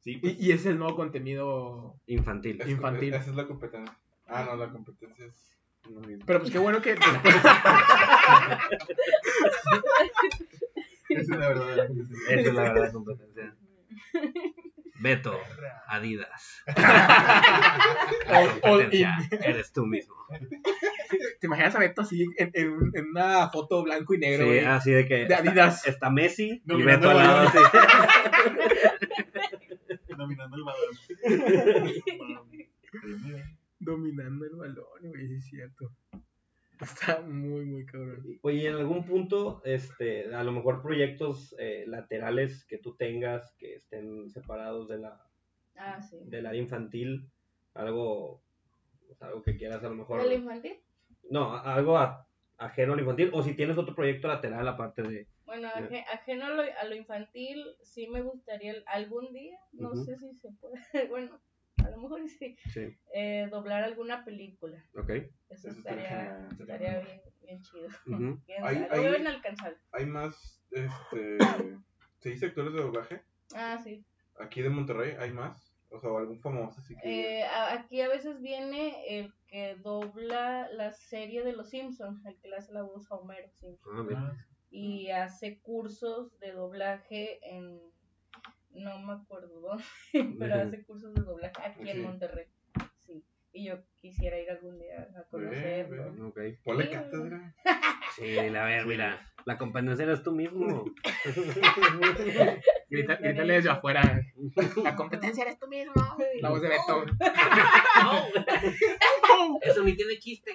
Sí, pues. Y, y ese es el nuevo contenido Infantil. [laughs] Es- Infantil. Esa es la competencia. Ah, no, la competencia es lo [laughs] mismo. Pero pues qué [laughs] bueno que después. Esa es la verdad. la competencia. Esa es la verdadera competencia. Beto, Adidas. La All- all in. competencia eres tú mismo. ¿Te imaginas a Beto así en, en un- en una foto blanco y [laughs] negro, Sí, ah, güey? así de que de Adidas. está Messi y Dominando Beto al lado. el así. Dominando el balón. Dominando el balón, güey, sí es cierto. Está muy, muy cabrón. Oye, ¿y en algún punto, este, a lo mejor proyectos eh, laterales que tú tengas que estén separados de la, Ah, sí. del área infantil, algo, O sea, algo que quieras a lo mejor. ¿El infantil? No, a- algo a- ajeno al infantil. O si tienes otro proyecto lateral aparte de. Bueno, aje- ajeno a lo, a lo infantil, sí me gustaría el- algún día, no Ujú. sé si se puede, [laughs] bueno, a lo mejor sí, Sí, eh, doblar alguna película. ok. Eso, Eso estaría estaría, genial. estaría bien, bien chido. Ujú. Quién Ahí- sabe, ahí- Lo veo inalcanzable. Hay más, este, [coughs] ¿se dice actores de doblaje? Ah, sí. Aquí de Monterrey hay más. O sea, algún famoso, así que... Eh, a- aquí a veces viene el que dobla la serie de los Simpsons, el que le hace la voz a Homero Simpson. Ah, mira. Y hace cursos de doblaje en. No me acuerdo dónde, [laughs] pero Ujú. hace cursos de doblaje aquí en Ok. Monterrey. Sí. Y yo quisiera ir algún día a conocerlo. Ok. Ponle Sí. cátedra. Sí, dile, a ver, mira. La competencia eres tú mismo. Grita- grítale desde afuera. La competencia eres tú mismo. La voz de Beto. Eso ni tiene chiste.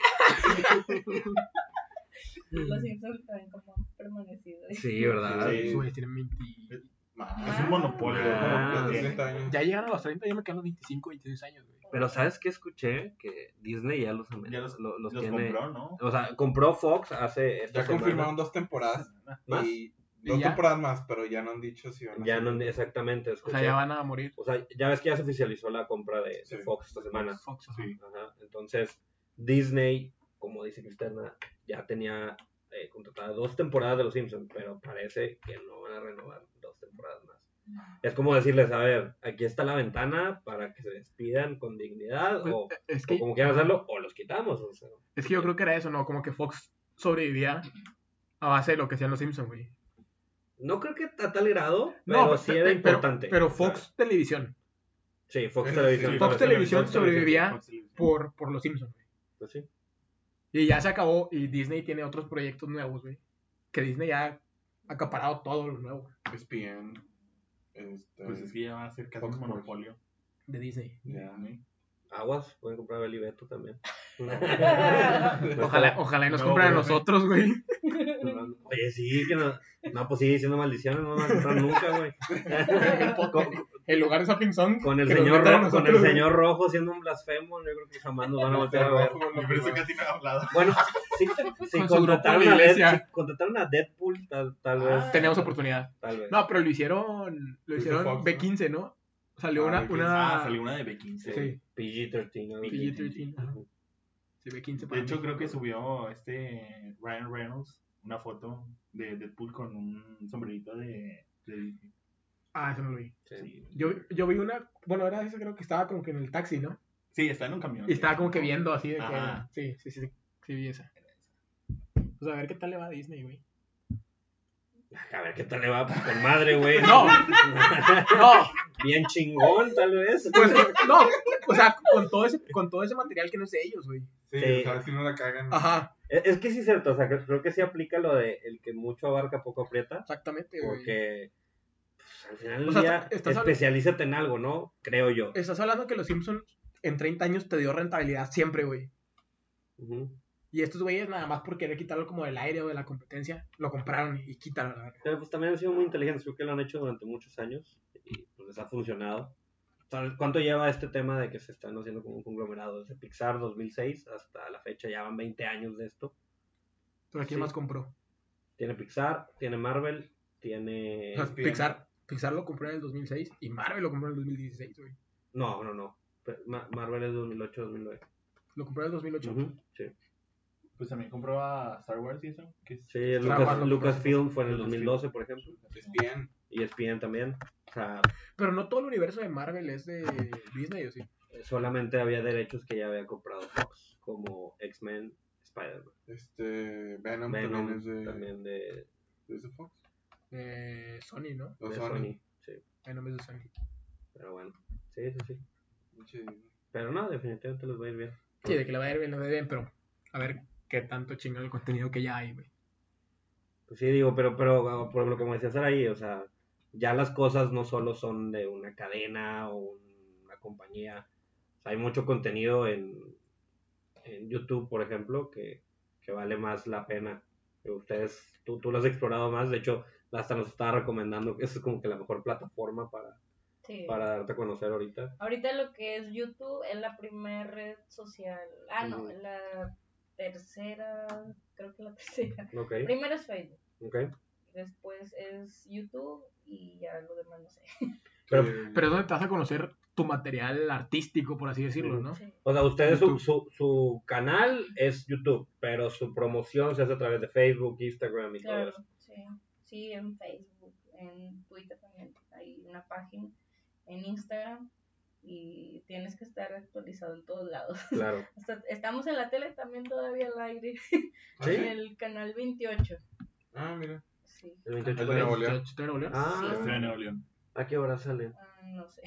Los Simpsons también como han permanecido. Sí, ¿verdad? Sí. Su vez tiene 20. Es un monopolio. Ah, Los sí. 30 años. Ya llegaron a los 30, yo me quedan los 25, 26 años, güey. Pero ¿sabes qué escuché? Que Disney ya los, Ya los- lo- los Los tiene. compró, ¿no? O sea, compró Fox hace. esta Ya semana. confirmaron dos temporadas. ¿Más? Y dos ¿Y ya? temporadas más, pero ya no han dicho si van a Ya hacer- no, exactamente. O Escuché. sea, ya van a morir. O sea, ya ves que ya se oficializó la compra de, de Sí. Fox esta semana. Fox, ajá. Sí. Ajá. Entonces, Disney, como dice Cristiana, ya tenía eh, contratadas dos temporadas de Los Simpsons, pero parece que no van a renovar dos temporadas más. Es como decirles, a ver, aquí está la ventana para que se despidan con dignidad Pues, o, Es o que, como quieran hacerlo, o los quitamos. o sea. es que yo creo que era eso, ¿no? Como que Fox sobrevivía a base de lo que hacían los Simpsons, güey. No creo que a tal grado, pero No, pues, sí era pe- pero- importante. Pero, o sea, Fox Televisión, sí, Fox Sí, Televisión. sí, Fox Televisión sobrevivía Fox Televisión. por, por los Simpsons, güey. Pues sí. Y ya se acabó y Disney tiene otros proyectos nuevos, güey. Que Disney ya ha acaparado todo lo nuevo ESPN. Este, Pues es que ya va a ser casi Fox un monopolio. de Disney. ya. Aguas, pueden comprar Beli Beto [laughs] también. [laughs] Pues Ojalá, ojalá y nos No, compren a güey. nosotros, güey. Oye, sí, que no. No, pues sí, diciendo maldiciones, no me van a comprar nunca, [laughs] güey. con, El lugar es Sapinson. con el señor rojo, con el señor rojo siendo un blasfemo, yo creo que jamás nos van a volver a ver. Yo por eso casi no he hablado. Bueno, si, si Con su contrataron, grupo a en la Dead- iglesia. Ah. si contrataron a Deadpool, tal, tal vez. Tenemos oportunidad. Tal vez. No, pero lo hicieron, lo Lo hizo hicieron Fox, ¿no? B15, ¿no? Salió Ah, una, B15. una Ah, salió una de B15. Sí, sí. PG-13. algo así. PG-13, ajá. Sí, B15 De para hecho, mí. creo que subió este Ryan Reynolds una foto de Deadpool con un sombrerito de. de- Ah, eso no lo vi. Sí. Yo, yo vi una, bueno, era eso creo que estaba como que en el taxi, ¿no? Sí, está en un camión. Y estaba como que viendo así de Ajá. que. Sí, sí, sí, sí, sí, vi esa. Pues a ver qué tal le va a Disney, güey. A ver qué tal le va pues, con madre, güey. No. No, [laughs] Bien chingón, tal vez. pues no, o sea, con todo ese, con todo ese material que no es de ellos, güey. Sí, Sí. o sea, si no la cagan. Ajá, Es es que sí es cierto, o sea, creo creo que sí aplica lo de el que mucho abarca, poco aprieta. exactamente, güey. Porque pues, al final del O sea, día, estás hablando- Eh, especialízate en algo, ¿no? Creo yo. Estás hablando que los Simpsons en 30 años te dio rentabilidad siempre, güey. Ujú. Y estos güeyes nada más por querer quitarlo como del aire o de la competencia, lo compraron y quitaron, la verdad. Pero pues también han sido muy inteligentes, creo que lo han hecho durante muchos años y pues les ha funcionado. Tal- ¿Cuánto lleva este tema de que se están haciendo como un conglomerado? Desde Pixar 2006 hasta la fecha ya van 20 años de esto. Entonces, ¿quién Sí. más compró? Tiene Pixar, tiene Marvel, tiene... O sea, ESPN. Pixar, Pixar lo compró en el 2006 y Marvel lo compró en el 2016, güey. No, no, no. Pe- Ma- Marvel es 2008-2009. Lo compró en el 2008. Sí, Pues también compró a Star Wars y eso. Que es- sí el Star Lucas- Wars lo- Lucasfilm fue en el Lucasfilm. 2012, por ejemplo. E ESPN. Y ESPN también. O sea, Pero no todo el universo de Marvel es de Disney, ¿o sí? solamente había derechos que ya había comprado Fox, como X-Men, Spider-Man. Este. Venom, Venom también es de. también de, ¿Es de Fox? Eh, Sony, ¿no? O de Sony. Sony. Sí, Ay, no me es de Sony. pero bueno. Sí, sí, sí. Pinche Disney. Pero no, definitivamente les va a ir bien. Sí, de que le va a ir bien, le va a ir bien, pero a ver qué tanto chinga el contenido que ya hay, güey. Pues sí, digo, pero, pero por lo como decía Saraí, o sea, ya las cosas no solo son de una cadena o una compañía. O sea, hay mucho contenido en, en YouTube, por ejemplo, que, que vale más la pena. Que Ustedes, tú, tú lo has explorado más, de hecho, hasta nos estaba recomendando que esa es como que la mejor plataforma para, [laughs] Sí. para darte a conocer ahorita. Ahorita lo que es YouTube es la primera red social. Ah, no, Ujú. la tercera, creo que la [laughs] tercera. Ok, Primero es Facebook, ok. después es YouTube y ya lo demás no sé. Pero, Pero es donde te vas a conocer tu material artístico, por así decirlo, Ah, ¿no? Sí. o sea, ustedes su, su, YouTube. su canal es YouTube, pero su promoción se hace a través de Facebook, Instagram y todo Claro, eso. sí. Sí, en Facebook, en Twitter también hay una página, en Instagram y tienes que estar actualizado en todos lados. [laughs] Claro. Hasta- estamos en la tele también todavía al aire, ¿Sí? en el canal 28. Ah, mira. Sí, El 28 El de de Nuevo León. ¿Te- te lo volvieron? Ah, Estrella de Nuevo León. ¿a qué hora sale? ah, no sé.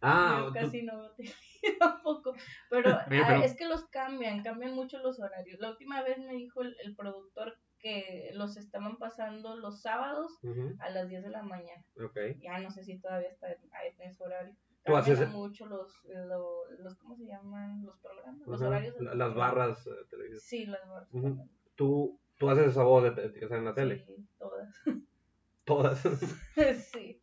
Ah, Yo tú- casi no te [laughs] tampoco. Pero, Oye, ah, pero- es que los cambian, cambian mucho los horarios. La última vez me dijo el, el productor que los estaban pasando los sábados Ujú, a las 10 de la mañana. ok. Ya no sé si todavía está en, ah, está en su horario. Tú Cambian haces- mucho los, lo- los, ¿cómo se llaman? Los programas, los Ajá, horarios. de la- los Las programas. barras eh, televisivas. Sí, las barras. Ujú. Tú, tú haces esa voz de, de- o sea, en la tele. Sí, todas. [laughs] Todas. [laughs] sí.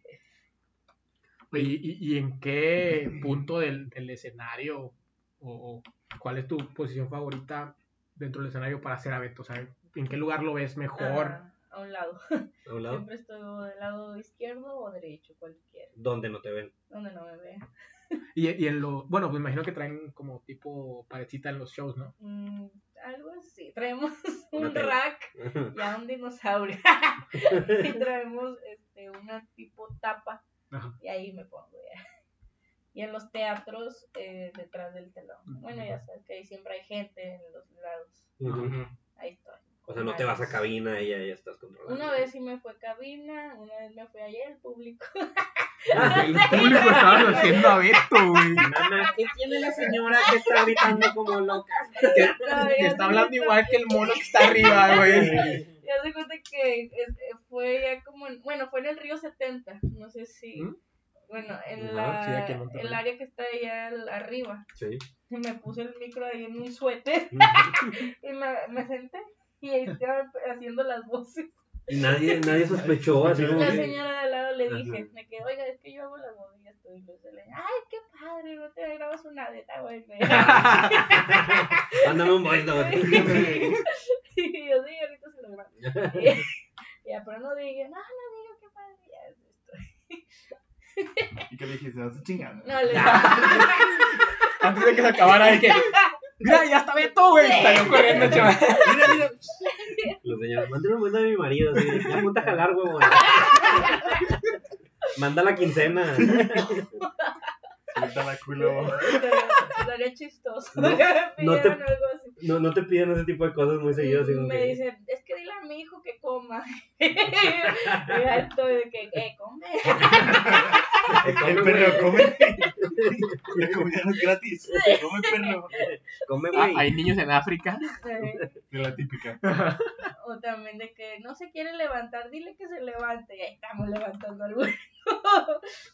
Oye, ¿Y, y, en qué punto del, del escenario o, o cuál es tu posición favorita dentro del escenario para hacer a Beto? O sea, ¿en qué lugar lo ves mejor? Ah, a un lado. A un lado. Siempre estoy o del lado izquierdo o derecho, cualquiera. Donde no te ven. [laughs] Donde no me vean. Y, y en lo, bueno, pues imagino que traen como tipo parecita en los shows, ¿no? Mm, algo así. Traemos [laughs] Una un tela. rack y a [laughs] un dinosaurio. y traemos este, una tipo tapa Ajá. y ahí me pongo ya. Y en los teatros eh, detrás del telón. Mm, Bueno, ya sabes que ahí siempre hay gente en los lados. Ujú. Ahí estoy. O sea, no te vas a cabina y ahí estás controlando. Una vez sí me fue cabina, una vez me fui allá el público. [laughs] El público estaba haciendo a Beto, güey. [laughs] Mamá, ¿qué tiene la señora que está gritando como loca? Que, Todavía que sí está hablando igual que el mono que está arriba, güey. Ya se cuenta que es- eh, fue ya como, en- bueno, fue en el río 70, no sé si, ¿Mm? bueno, en Ajá, sí, la, aquí en Monterrey. el área que está allá al- arriba. Sí. Me puse el micro ahí en [laughs] un suéter y me, me senté y ahí estaba haciendo las voces. Y nadie, nadie [laughs] sospechó, así como La [laughs] que... señora de al lado le Ajá. dije, me quedé, oiga, es que yo hago las voces y estoy le dije, ay, qué padre, no te grabas una de esta, güey. [laughs] Mándame un voice [laughs] note. Y yo sí, ahorita se lo grabo. Y- Ya, pero no dije, no, no digo qué padre, ya estoy. ¿Y qué le dijiste? Haz chingada. [laughs] No, le Ah, dije, Antes de que se acabara, de que. Mira, ya está Beto, güey. Salió corriendo, chaval. La señora, mándame un voice note a mi marido. Así, ya ponte a jalar, [laughs] huevón. [laughs] Manda la quincena. Suelta la culo. Estaría chistoso. [laughs] No, que no me te- pidieran algo así. No, no te piden ese tipo de cosas muy seguidas. así como me que- dice, es que dile a mi hijo que coma. [laughs] y ya estoy de que, eh, come. Eh, come, El güey. perro [laughs] come. La comida no es gratis. Come perro. Come, güey. Ah, Hay niños en África. De la típica. o también de que no se quiere levantar, dile que se levante. Y ahí estamos levantando algo.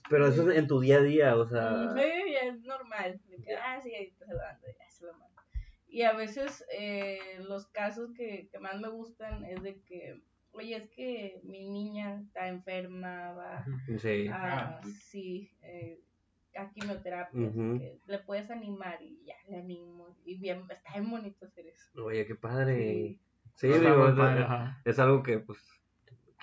Pero eso es en tu día a día, o [laughs] sea. Sí, ya es normal. de que, ah, sí, ahí se lo mando, ya se lo mando. Y a veces eh, los casos que, que más me gustan es de que, oye, es que mi niña está enferma, va Sí. a, Ah, sí. sí, eh, a quimioterapia, Ujú. que le puedes animar y ya le animo. Y bien, está bien bonito hacer eso. Oye, qué padre. Sí. Sí, Ajá, digo, muy es- padre, ajá. es algo que, pues,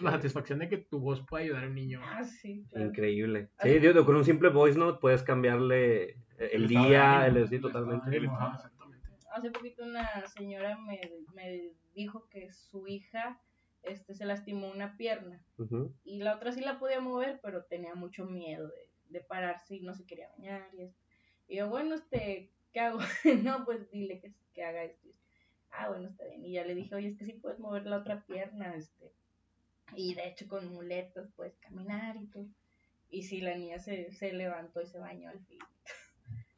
La satisfacción de que tu voz pueda ayudar a un niño. Ah, sí, claro. increíble. Así- Sí, digo, con un simple voice note puedes cambiarle eh, el El estado de día, ánimo, el sí, el estado de totalmente. ánimo, Ajá. ajá, exactamente. hace poquito una señora me, me dijo que su hija este, se lastimó una pierna. Ujú. y la otra sí la podía mover, pero tenía mucho miedo de, de pararse y no se quería bañar y esto. Y yo, bueno, este, ¿qué hago? [laughs] no, pues dile que, que haga esto. Ah, bueno, está bien. Y ya le dije, oye, es que sí puedes mover la otra pierna, este. Y de hecho con muletas puedes caminar y todo. Y sí, la niña se, se levantó y se bañó al fin.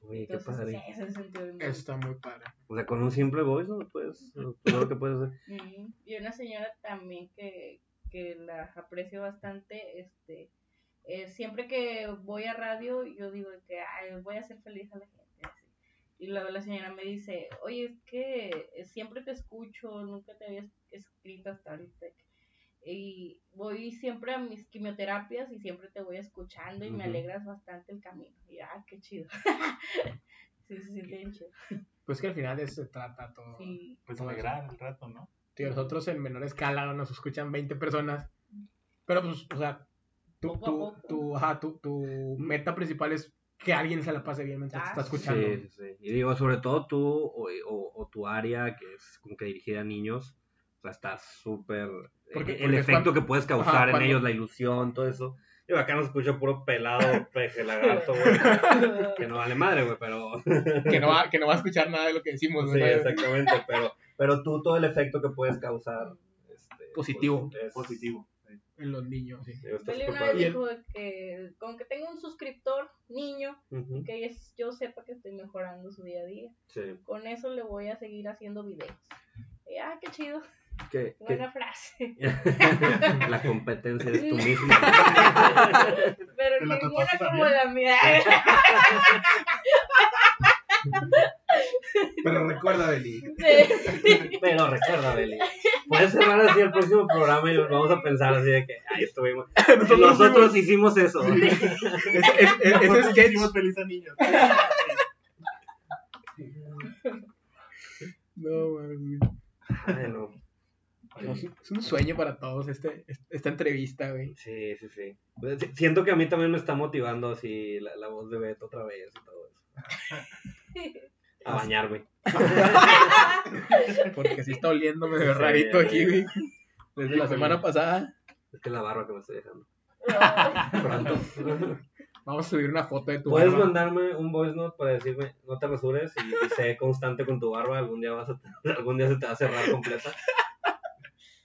Oye, qué Entonces, padre. sí, se sintió bien Eso está muy padre. O sea, con un simple voice note, puedes, todo lo que puedes hacer. Ujú. Y una señora también que, que la aprecio bastante, este, eh, siempre que voy a radio, yo digo que "Ay, voy a hacer feliz a la gente. así. Y luego la señora me dice, oye, es que eh, siempre te escucho, nunca te había escrito hasta ahorita. y voy siempre a mis quimioterapias y siempre te voy escuchando y me Ujú. alegras bastante el camino. Y ah, qué chido. [laughs] sí, se siente bien chido. Pues que al final de eso se trata todo. Sí. Pues alegrar un rato, ¿no? Tío, nosotros en menor escala nos escuchan 20 personas. Pero pues, o sea, tu, Poco a tu, poco. tu, ajá, tu, tu meta principal es que alguien se la pase bien mientras te Ah, está escuchando. Sí, sí, sí. Y digo, sobre todo tú o, o- o tu área que es como que dirigida a niños, o sea, está súper... eh, Porque- el porque es efecto cuando- que puedes causar Ajá, en cuando- ellos, la ilusión, todo eso. Digo, acá nos escucha puro pelado, [laughs] peje lagarto, güey. Que no vale madre, güey, pero... Pues Que, no va, que no va a escuchar nada de lo que [laughs] decimos. Sí, ¿no? exactamente, pero, pero tú todo el efecto que puedes causar... este, Positivo. pues, es- Positivo. En los niños, sí. digo, está Beli súper una padre. vez dijo que con que tenga un suscriptor niño, Ujú, que es- yo sepa que estoy mejorando su día a día. sí. Con eso le voy a seguir haciendo videos. Y, ah, qué chido. Que- que- Buena frase. [laughs] [laughs] la competencia es tú mismo. Pero Te la ninguna tatuaste como también. la mía. [laughs] [laughs] Pero recuerda, Beli. Sí. Pero recuerda, Beli, puedes cerrar así el próximo programa y nos vamos a pensar así de que, ay, estuvimos. Nosotros hicimos eso. Ese- ese- ese Nosotros sketch- hicimos feliz a niños. No, güey. Ay, no. No, es un- es un sueño para todos este, esta entrevista, güey. Sí, sí, sí. Pues, si- Siento que a mí también me está motivando así la, la voz de Beto otra vez y todo eso. A bañarme. Porque sí está oliéndome medio Sí, rarito aquí, sí. güey. Desde la semana pasada. Es que es la barba que me estoy dejando. No. Pronto. Vamos a subir una foto de tu Puedes barba. mandarme un voice note para decirme, no te rasures y, y sé constante con tu barba, algún día, vas a, algún día se te [laughs] va a cerrar completa.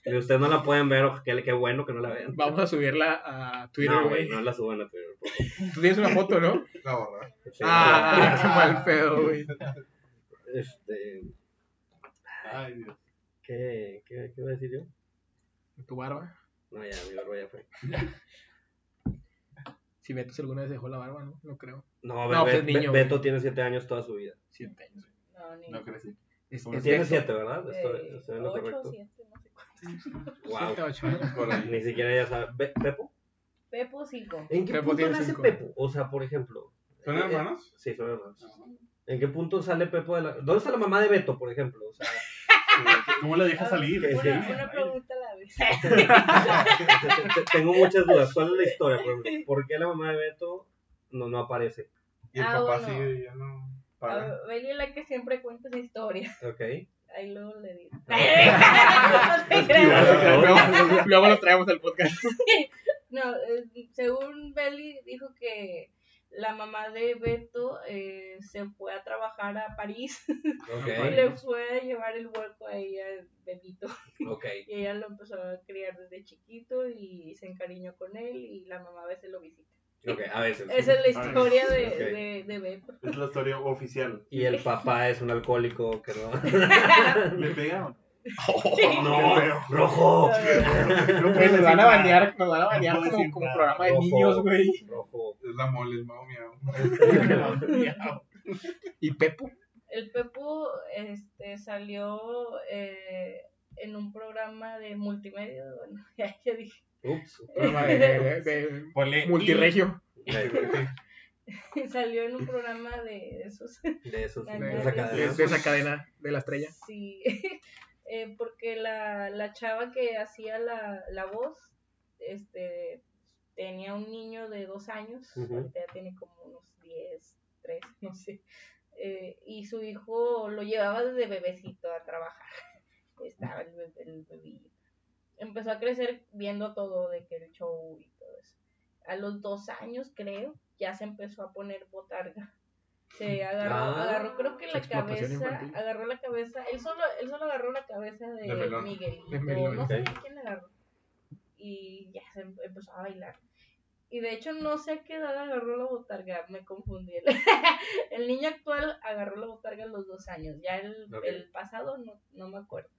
Y ustedes no la pueden ver, o qué, qué bueno que no la vean. Vamos a subirla a Twitter, No, güey. güey, no la suban a Twitter. por favor. Tú tienes una foto, ¿no? La borra. Sí, Ah, qué mal pedo, güey. Este, Ay, Dios. ¿qué, qué, ¿Qué iba a decir yo? Tu barba. No, ya, mi barba ya fue. Si Betos alguna vez dejó la barba, ¿no? No creo. No, No, Be- pues, Be- niño, Beto güey. tiene siete años toda su vida. Siete años. No, ni. No pues, crecí. Es, Bueno, es Tiene Pues, Beto. siete, ¿verdad? Estoy, Eh, estoy en lo Ocho, correcto. siete, no sé cuánto. [laughs] Siete, Wow. ocho años. Por ahí. Ni siquiera ya sabe. Be- ¿Pepo? Pepo, Eh, cinco. ¿En qué Pepo punto tiene nace cinco. Pepo? O sea, por ejemplo. ¿Son eh, hermanos? Sí, son hermanos. ¿En qué punto sale Pepo de la... ¿Dónde está la mamá de Beto, por ejemplo? O sea, ¿Cómo la deja salir? Que sí. Ah, Una, una pregunta a la vez. te- te- tengo muchas dudas. ¿Cuál es la historia? Por, ejemplo? ¿Por qué la mamá de Beto no, no aparece? Y el Ah, papá bueno. Ah, sí, ya no [laughs] paga. A Beli es la que siempre cuenta esa historia. ¿Ok? Ahí luego [laughs] le digo. [laughs] Igual. Luego- Luego lo traemos al podcast. No, eh, según Beli dijo que la mamá de Beto eh, se fue a trabajar a París [laughs] y Ok. le fue a llevar el huerco a ella, Benito. Ok. Y ella lo empezó a criar desde chiquito y se encariñó con él y la mamá a veces lo visita. Ok, a veces. Esa es la historia de, Ok. de, de Beto. Es la historia [laughs] oficial. Y el papá es un alcohólico que no... ¿Le pegaron? ¡No! ¡Rojo! Güey, nos Pues van a banear, nos van a No banear puedo como, decir como nada. programa de Ojo. niños, güey. ¡Rojo! Es la mole, el mao miau. Y Pepo. El Pepo este, salió eh, en un programa de multimedia. Bueno, [laughs] ya, ya dije. Ups. Programa de, de- de multiregio. De, Salió en un programa de esos. de esos, De, de esa cadena. de- de esa cadena de la estrella. Sí. [laughs] Eh, porque la, la chava que hacía la, la voz este, tenía un niño de dos años. Ujú. Ahorita ya tiene como unos 10, 3, [laughs] no sé. Eh, y su hijo lo llevaba desde bebecito a trabajar. [laughs] Estaba el, bebé, el bebillo. Empezó a crecer viendo todo de que el show y todo eso. A los dos años, creo, ya se empezó a poner botarga. Se agarró, Ah. agarró creo que la Explotación cabeza, infantil. agarró la cabeza, él solo, él solo agarró la cabeza de, De melón. Miguelito, De melón, no sé ok. de quién la agarró. Y ya se em- empezó a bailar. Y de hecho no sé a qué edad agarró la botarga, me confundí. [laughs] el niño actual agarró la botarga a los dos años, ya el, Ok. el pasado no, no me acuerdo.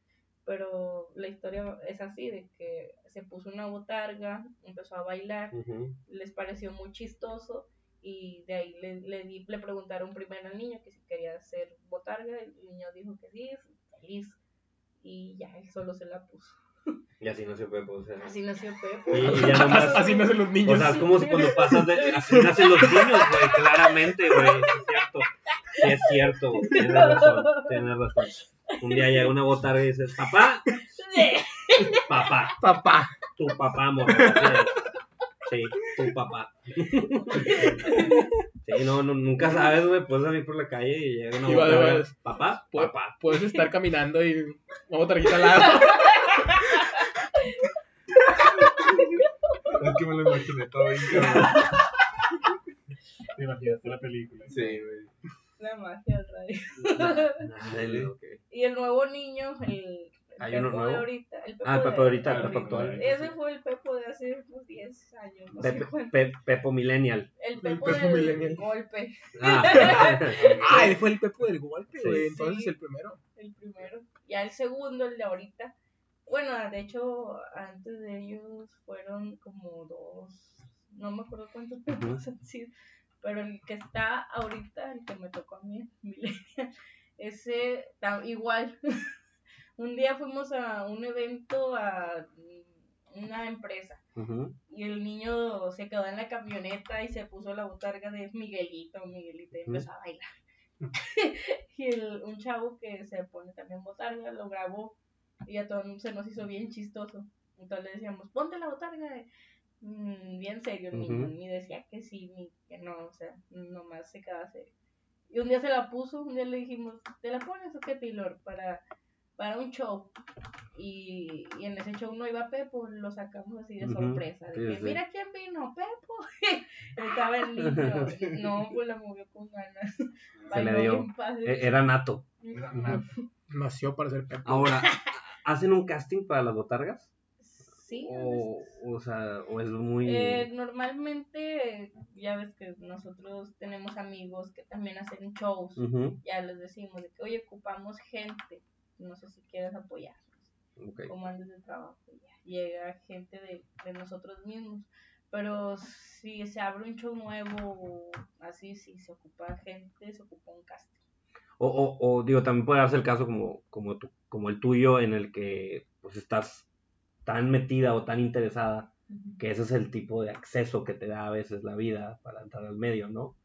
Pero la historia es así, de que se puso una botarga, empezó a bailar, Ujú. les pareció muy chistoso y de ahí le, le, di- le preguntaron primero al niño que si quería hacer botarga, el niño dijo que sí, feliz y ya él solo se la puso. Y así nació Pepo, o sea. Así nació Pepo. Y, y ya nomás. [laughs] Así nacen los niños. O sea, es como si cuando pasas de. Así nacen los niños, güey, claramente, güey. eso Es cierto. Sí, es cierto, güey. Tienes razón. Tienes razón. Un día llega una botarga y dices, papá, papá, Papá. tu papá, morro. Sí, tu papá. Sí, no, no, nunca sabes, güey. Puedes salir por la calle y llega una Y va de botarga. veras. Papá, Pu- papá. Puedes estar caminando y vamos a al lado. Es que me lo imaginé todo bien, cabrón. Te imaginaste la película. Sí, güey. La magia del radio. Ándale, ok. Y el nuevo niño, el, el ¿Hay uno Pepo de nuevo? ahorita. El Pepo Ah, el de- Pepo ahorita, el Pepo Pepo actual. Ese fue el Pepo de hace unos 10 años. No Pepe- sé cuánto. Pe- Pepo Millennial. El Pepo Pepo del millennial. golpe, Ah. [laughs] Ah, él fue el pepo del golpe, Sí. güey. Entonces Sí. el primero. el primero. Ya el segundo, el de ahorita. Bueno, de hecho, antes de ellos fueron como dos. No me acuerdo cuántos Pepos [laughs] han sido. Pero el que está ahorita, el que me tocó a mí, [laughs] Millennial, ese ta- igual. [laughs] un día fuimos a un evento a una empresa. Ujú. Y el niño se quedó en la camioneta y se puso la botarga de Miguelito, Miguelito, y empezó a bailar. [laughs] y el, un chavo que se pone también botarga lo grabó y a todos se nos hizo bien chistoso. Entonces le decíamos, ponte la botarga. Mm, bien serio el niño, Ujú. ni decía que sí, ni que no, o sea, nomás se quedaba serio. Y un día se la puso, un día le dijimos, ¿te la pones o qué, Taylor? Para, para un show. Y, y en ese show no iba Pepo, lo sacamos así de Ujú. sorpresa. De Sí, que, sí. mira quién vino, Pepo. [laughs] Estaba [laughs] el niño. No, pues la movió con ganas. Bailó le dio. bien padre. E- Era nato. Era una- Nació para ser pepo. Ahora, ¿hacen un casting para las botargas? Sí, pues, O, o sea, o es muy... Eh, normalmente, ya ves que nosotros tenemos amigos que también hacen shows. Ujú, Ya les decimos de que, oye, ocupamos gente. No sé si quieres apoyarnos. ok. Como antes del trabajo. y ya llega gente de, de nosotros mismos. Pero si se abre un show nuevo, o así, si se ocupa gente, se ocupa un casting. O, o, o, digo, también puede darse el caso como, como, tu- como el tuyo en el que pues estás tan metida o tan interesada que ese es el tipo de acceso que te da a veces la vida para entrar al medio, ¿no?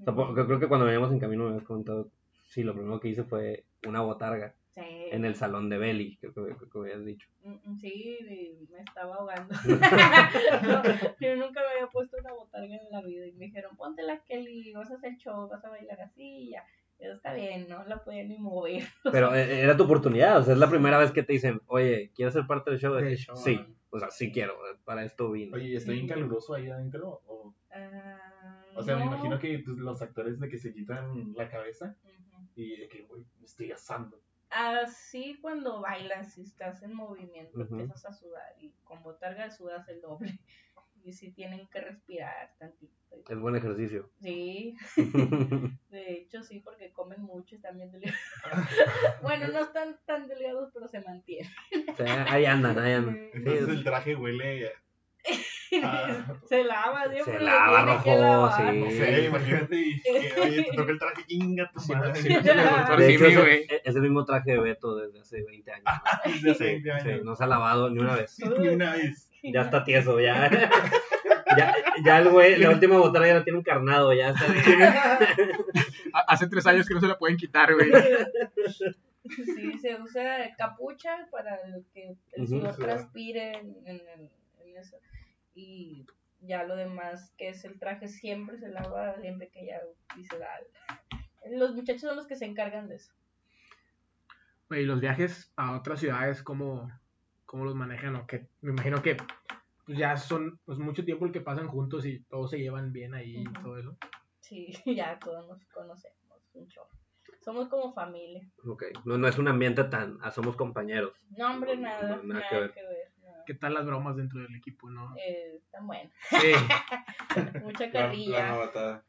O sea, porque creo que cuando veníamos en camino me habías comentado, sí, lo primero que hice fue una botarga Sí. en el salón de Belly, creo que, creo que habías dicho. Mm, mm, Sí, de- me [laughs] estaba ahogando. [laughs] No, yo nunca me había puesto una botarga en la vida y me dijeron, ponte la Kelly, vas a hacer show, vas a bailar así y ya. Eso está bien, no la podía ni mover. Pero eh, era tu oportunidad, o sea, es la primera vez que te dicen, oye, ¿quieres ser parte del show? Eh, Del show, Sí, ajá. o sea, sí quiero, eh, para esto vine. Oye, ¿y está bien caluroso ahí adentro? O, Ah, o sea, me no. imagino que pues, los actores de que se quitan la cabeza Ujú. y de que, güey, me estoy asando. Así cuando bailas, si estás en movimiento, Ujú. empiezas a sudar y con botarga sudas el doble. [laughs] Y si tienen que respirar tantito. Es buen ejercicio. [laughs] Sí, [laughs] de hecho sí, porque comen mucho y están bien delgados. [laughs] bueno, no están tan delgados, pero se mantienen. O sea, ahí andan, ahí andan. Sí, Entonces el traje huele. Ah. se lava, siempre. se lo lava, tiene que rojo, lavar. sí. No sé, imagínate. y que, Oye, te toca el traje, chinga tu Sí, madre. sí, [laughs] sí, De Sí, hecho, sí, es, güey. es- es el mismo traje de Beto desde hace 20 años. Desde Sí, hace 20 años. sí, no se ha lavado ni una vez. Ni una vez. Ya está tieso, ya. [laughs] Ya, ya el güey, la última botarga ya la tiene un carnado, ya está Ha- Ah, Hace tres años que no se la pueden quitar, güey. Sí, se usa capucha para el que el Ujú, sudor sí. transpire en, en- en eso. Y ya lo demás, que es el traje, siempre se lava, siempre que ya y se da. Los muchachos son los que se encargan de eso. Güey, los viajes a otras ciudades, ¿cómo, cómo los manejan? O qué? Me imagino que pues, ya son pues, mucho tiempo el que pasan juntos y todos se llevan bien ahí y Ujú. todo eso. Sí, [laughs] ya todos nos conocemos, un chorro. Somos como familia. Okay. No, no es un ambiente tan. ah, somos compañeros. No, hombre, nada, Nada que nada, ver. que ver. nada. ¿Qué tal las bromas dentro del equipo, [laughs] no? Eh, están buenas. Sí, Mucha La, la carrilla. novatada.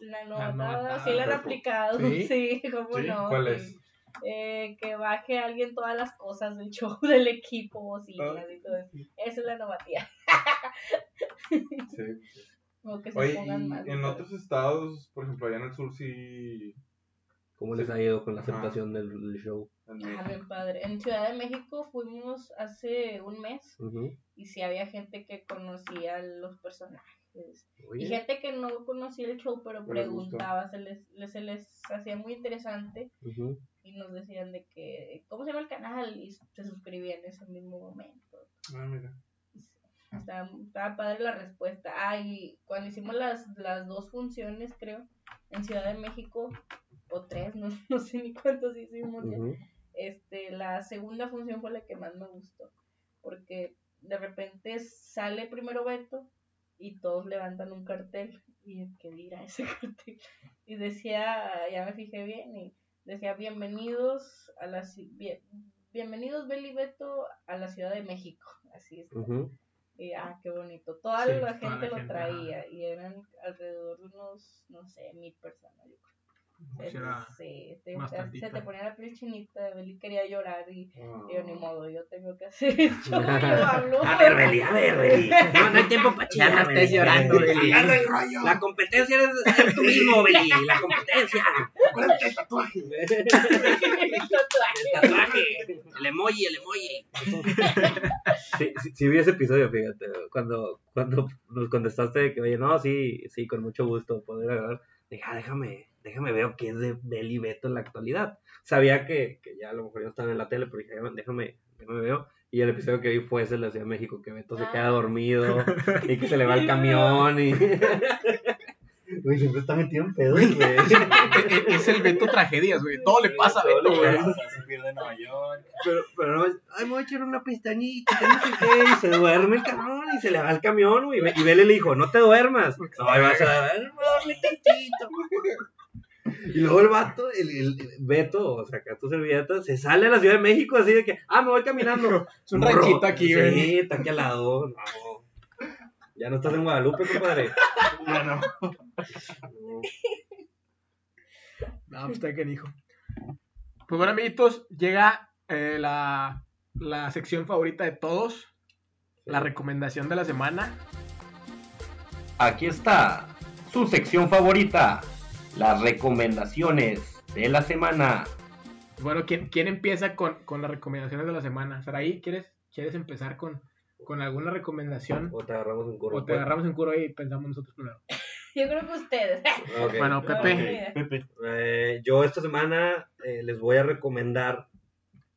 La La novatada, novatada, sí la han perfecto. aplicado, ¿Sí? [laughs] sí, cómo ¿Sí? no. ¿Cuál sí. es? eh, que baje alguien todas las cosas del show [laughs] del equipo, Ah. bocinas y todo eso. Esa es la novatía. [laughs] Sí. O que Pues se Oye, pongan más. y en otros estados, por ejemplo, allá en el sur sí ¿Cómo les ha ido con la aceptación del, del show? Ah, bien padre. En Ciudad de México fuimos hace un mes Ujú. y sí había gente que conocía los personajes. Oye, Y gente que no conocía el show, pero Pero les gustó. preguntaba, se les, les- se les hacía muy interesante ujú. y nos decían de que, ¿cómo se llama el canal? Y se suscribían en ese mismo momento. Ah, mira. Estaba, estaba padre la respuesta. Ah, y cuando hicimos las, las dos funciones, creo, en Ciudad de México, o tres, [laughs] no, no sé ni cuántos hicimos ya. Ujú. Este, la segunda función fue la que más me gustó, porque de repente sale primero Beto y todos levantan un cartel y es que dirá [laughs] ese cartel. Y decía, ya me fijé bien, y decía, bienvenidos a la ci- bien- bienvenidos Beli y Beto a la Ciudad de México. Así es. Ujú. Y, ah, qué bonito. Toda Sí, la toda la gente lo gente, traía y eran alrededor de unos, no sé, mil personas, yo creo. Sí, era Sí, te- más se te tantita. ponía la piel chinita, Beli quería llorar y Ah. yo ni modo, yo tengo que hacer [laughs] el show, yo hablo. A ver, Beli, a ver, Beli. No, no hay tiempo para Ya charlar, no estés estés llorando, llorando, Beli. Agarra el rollo. Ah, La competencia eres, eres tú mismo, Beli. La competencia. Acuérdate del tatuaje. El tatuaje. El tatuaje. El emoji, el emoji. [laughs] Sí, sí, sí vi ese episodio, fíjate, cuando, cuando nos contestaste de que, oye, no, sí, sí, con mucho gusto poder grabar. Dije, ah, déjame, déjame veo qué es de Beli Beto en la actualidad. Sabía que, que ya a lo mejor ya estaban en la tele, pero dije, "Ah, déjame, déjame veo. Y el episodio que vi fue ese de la Ciudad de México, que Beto se Ah. queda dormido y que se le [laughs] va el camión y... [laughs] Güey, siempre está metido en pedo, [laughs] güey. e-, Es el Beto tragedias, güey. Todo le pasa a Todo Beto, le güey. pasa. Se pierde Nueva York. Pero, pero no es, ay, me voy a echar una pestañita, que no sé qué, y se duerme el cabrón, y se le va el camión, güey, y, Be- y Bele le dijo, no te duermas. No, y vas a duerme tantito. Y luego el vato, el, el- el Beto, o sea, que tu servilleta, se sale a la Ciudad de México así de que, ah, me voy caminando. Es [laughs] un ranchito aquí, güey. Sí, está aquí al lado. No. Ya no estás en Guadalupe, compadre. Ya no. No, pues está canijo. Pues bueno, amiguitos, llega eh, la, la sección favorita de todos. La recomendación de la semana. Aquí está su sección favorita, las recomendaciones de la semana. Bueno, ¿quién, quién empieza con, con las recomendaciones de la semana? Saraí, ¿quieres, ¿quieres empezar con, con alguna recomendación? O te agarramos un pues. curro. O te agarramos en curva y pensamos nosotros primero. [laughs] Yo creo que ustedes. Ok. Bueno, Pepe. Ay, Pepe. Eh, yo esta semana eh, les voy a recomendar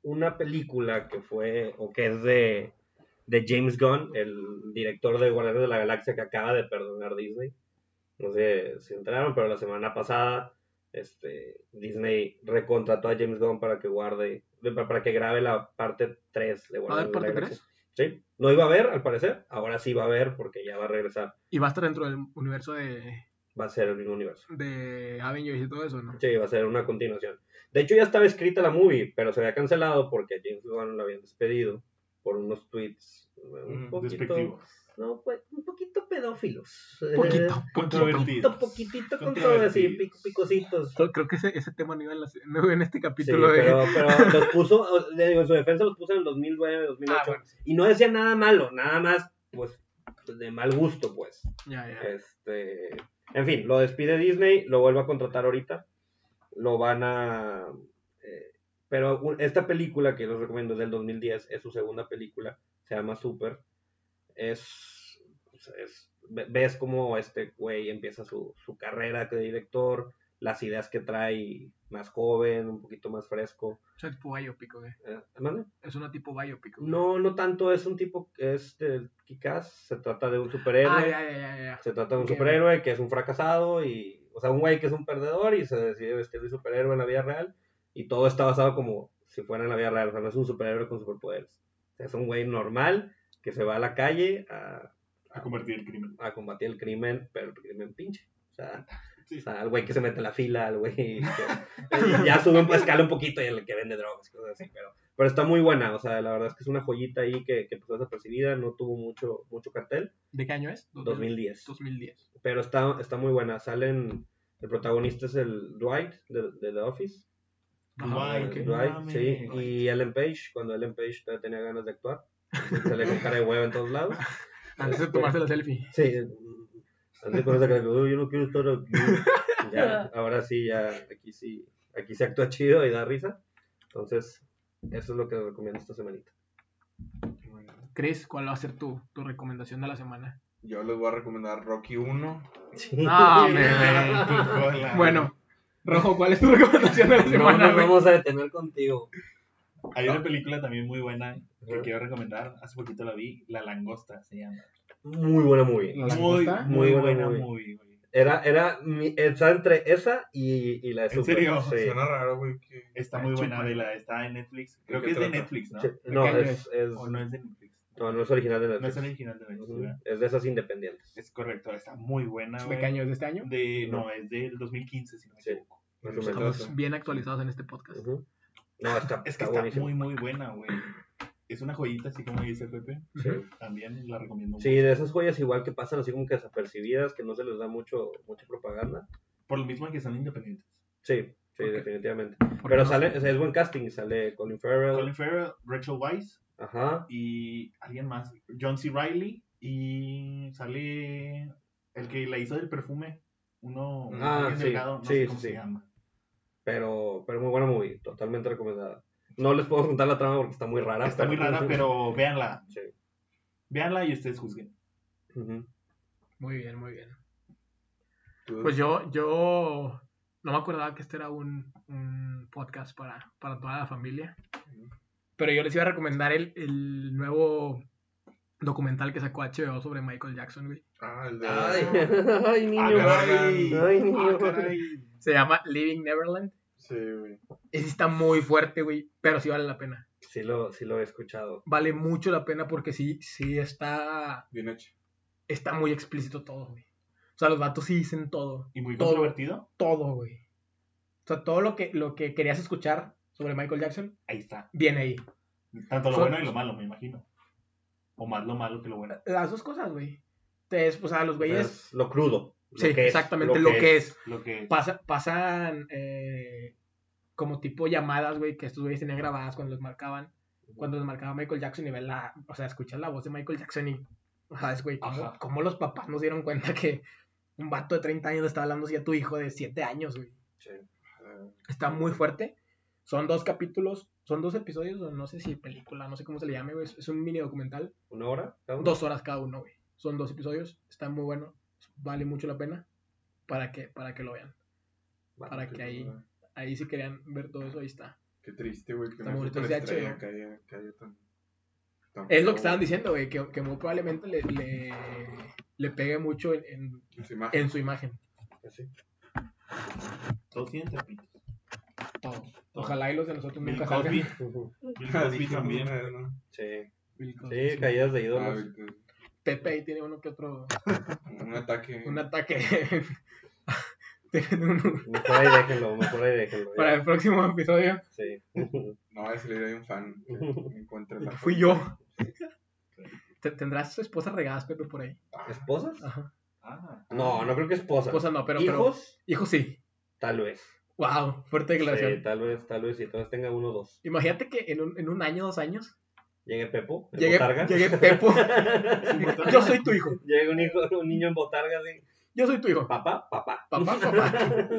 una película que fue o que es de, de James Gunn, el director de Guardianes de la Galaxia que acaba de perdonar Disney. No sé si entraron, pero la semana pasada este, Disney recontrató a James Gunn para que guarde, para para que grabe la parte 3 de ¿Va a Guardianes haber de la parte Galaxia. 3? Sí, no iba a ver al parecer, ahora sí va a ver porque ya va a regresar, ¿Y va a estar dentro del universo de, va a ser el mismo universo. de Avengers y todo eso, no? Sí, va a ser una continuación. De hecho, ya estaba escrita la movie, pero se había cancelado porque a James Gunn lo habían despedido por unos tweets eh, un Mm, poquito, Despectivo. no, pues, un poquito pedófilos. Poquito, Eh, poquito. Controvertido. poquito, poquitito con todo así, Controvertidos. pic- picositos. So- Creo que ese, ese tema no iba en, la- no iba en este Sí, capítulo de... pero, [laughs] pero los puso, o- le digo, en su defensa los puso en el 2009, 2008, Ah, bueno, sí. y no decía nada malo, nada más, pues, de mal gusto, pues. Ya, ya. Este, en fin, lo despide Disney, lo vuelve a contratar ahorita. Lo van a. eh, pero u- esta película que les recomiendo es del 2010, es su segunda película, se llama Super. Es. pues, es- ve- ves cómo este güey empieza su, su carrera de director, las ideas que trae más joven, un poquito más fresco. Es una tipo biopic, güey. Eh, ¿mande? Es una tipo biopic, güey. Ah, No, no tanto, es un tipo que es de Kikaz, se trata de un superhéroe. Ah, ya, ya, ya, ya. Se trata de un Ok. superhéroe que es un fracasado y, o sea, un güey que es un perdedor y se decide vestir de superhéroe en la vida real y todo está basado como si fuera en la vida real, o sea, no es un superhéroe con superpoderes. O sea, es un güey normal que se va a la calle a, A convertir [laughs] el crimen. a combatir el crimen, pero el crimen pinche. O sea, Sí. o sea, al güey que se mete en la fila, al güey que [laughs] y ya sube un escala un poquito y el que vende drogas, cosas así, pero, pero está muy buena, o sea, la verdad es que es una joyita ahí que, que pasó desapercibida, no tuvo mucho, mucho cartel, ¿De qué año es? 2010. 2010. pero está, está muy buena. Salen, el protagonista es el Dwight de, de The Office. Ah, Dwight, El ¿qué? Dwight, No sí. mames. Y Ellen Page, cuando Ellen Page todavía tenía ganas de actuar. Sale con cara de huevo en todos lados. Antes de tomarse la selfie. Sí. Así con esa cara de, "Oh, yo no quiero estar aquí. Ya, ahora sí, ya, aquí sí. Aquí se actúa chido y da risa. Entonces, eso es lo que recomiendo esta semanita. Chris, ¿cuál va a ser tu, tu recomendación de [laughs] la semana? Yo les voy a recomendar Rocky 1. No, hombre. Bueno, Rojo, ¿cuál es tu [laughs] recomendación de [laughs] la No semana? nos güey? vamos a detener contigo. Hay una película también muy buena que Ajá. quiero recomendar. Hace poquito la vi. La Langosta se llama. Muy buena movie. ¿La Muy, Langosta? muy Muy buena buena movie. movie, güey. Era, era mi- está entre esa y, y la de ¿En Super. serio? Sí. Suena raro, güey. que- Pues Está muy buena, Chupa. vela. Está en Netflix. Creo qué que es de trata? Netflix, ¿no? Che- No, ¿De qué es, es- O no es de Netflix. no, no es original de No es Netflix. original de Netflix, Ujú. ¿verdad? Es de esas independientes. Es correcto. Está muy buena, ¿De güey. qué año es de este año? De, no, es del 2015, si no me Sí. equivoco. Más o menos. Estamos bien actualizados en este podcast. Ujú. No, está, Es que está está buenísimo. muy, muy buena, güey. Es una joyita, así como dice Pepe. Sí. También la recomiendo Sí, mucho. de esas joyas igual que pasan así como que desapercibidas, que no se les da mucho mucha propaganda. Por lo mismo que son independientes. Sí, sí, Ok. definitivamente. Porque Pero no sale, sé. o sea, es buen casting, sale Colin Farrell, Colin Farrell, Rachel Weisz ajá, y alguien más. John C. Riley y sale el que la hizo del perfume. Uno Ah, alguien sí. delgado, no Sí, sé sí, cómo sí. se llama. pero, pero muy buena movie, totalmente recomendada. No les puedo contar la trama porque está muy rara. Está muy rara, pero véanla. Sí. Véanla y ustedes juzguen. Ujú. Muy bien, muy bien. Tú- Pues yo, yo no me acordaba que este era un, un podcast para, para toda la familia. Pero yo les iba a recomendar el, el nuevo documental que sacó HBO sobre Michael Jackson, güey. Ah, el de. [laughs] Ay, niño. Ah, Ay, caray. niño. Ah, caray. Se llama Living Neverland. Sí, güey. Ese está muy fuerte, güey, pero sí vale la pena. Sí lo, sí lo he escuchado. Vale mucho la pena porque sí, sí está, Bien hecho. está muy explícito todo, güey. O sea, los vatos sí dicen todo. Y muy Todo. controvertido. Todo, güey. O sea, todo lo que, lo que querías escuchar sobre Michael Jackson Ahí está. viene ahí. Tanto lo Son- bueno y lo malo, me imagino. O más lo malo que lo bueno. Las dos cosas, güey. Entonces, pues a los güeyes. Es lo crudo. lo Sí, que es, exactamente lo que es. Lo que Pasa- pasan eh, como tipo llamadas, güey, que estos güeyes tenían grabadas cuando los marcaban. Cuando los marcaba Michael Jackson y ves la. O sea, escuchas la voz de Michael Jackson y. ¿Sabes, güey? ¿cómo, Ajá. cómo los papás nos dieron cuenta que un vato de 30 años le estaba hablando así a tu hijo de 7 años, güey? Sí. Está muy fuerte. Son dos capítulos, son dos episodios, o no sé si película, no sé cómo se le llame, güey. Es es un mini documental. ¿Una hora? cada uno? dos horas cada uno, güey. Son dos episodios, está muy bueno, vale mucho la pena para que, para que lo vean. Vale, para que [laughs] ahí, ahí si querían ver todo eso, ahí está. Qué triste, güey. Que Está una bonito ese superestrella H, caiga- caiga tan- tan Es lo feo, que estaban güey, diciendo, güey, que, que muy probablemente le, le, le pegue mucho en, en, en su imagen. en su imagen. Así. todos tienen tapitos. Todo. Ojalá y los de nosotros Bill nunca salgan. Cosby. Ujú. [laughs] Bill Ah, [laughs] Cosby dije, también. una vez, ¿no? Sí. Bill Cosby, Sí, sí. caídas de Ah, ídolos. güey, Pepe ahí tiene uno que otro, que- Un [laughs] ataque. un ataque. Tiene uno- Mejor ahí déjenlo, mejor ahí déjenlo. ya. para el próximo episodio. Sí. No, voy a salir ahí [laughs] un fan. Que me encuentre de la que Fui yo. [laughs] Te- ¿Tendrás esposas regadas, Pepe, por ahí? ¿Esposas? Ajá. Ah, No, no creo que esposas. Esposas no, pero... pero- ¿Hijos? Hijo sí. Tal vez. Wow, fuerte declaración. Sí, tal vez, tal vez, y tal vez tenga uno o dos. Imagínate que en un, en un año, dos años, Llegue Pepo, en llegue, botarga. [laughs] llegue Pepo. Yo soy tu hijo. Llega un, hijo, un niño en botarga de Yo soy tu hijo. papá, [laughs] papá. Papá, papá.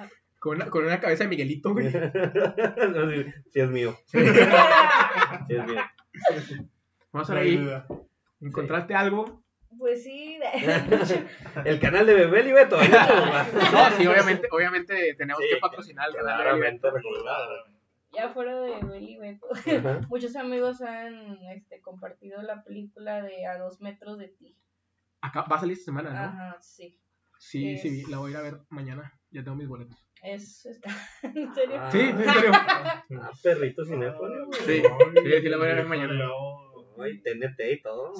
[laughs] Con una, con una cabeza de Miguelito, güey. No, sí, sí es mío. Sí es mío. Vamos a no ver hay ahí. duda. ¿Encontraste algo? Pues sí, [laughs] El canal de Bebel y Beto. [laughs] ahí está, mamá. No, sí, obviamente, obviamente tenemos Sí, que patrocinar el canal de Bebel. Claramente recomendado. ya fuera de Belly Beto. Ajá. [laughs] Muchos amigos han este, compartido la película de A dos metros de ti. Acá va a salir esta semana, ¿no? Ajá, sí. Sí, Ah, Es- sí, vi, la voy a ir a ver mañana. Ya tengo mis boletos. Es, está, [laughs] en serio. Ah. Sí, sí, en [laughs] serio. Ah, perrito cinéfono. Sí, sí, sí, la voy a ir a ver mañana. No. Ay, TNT y todo.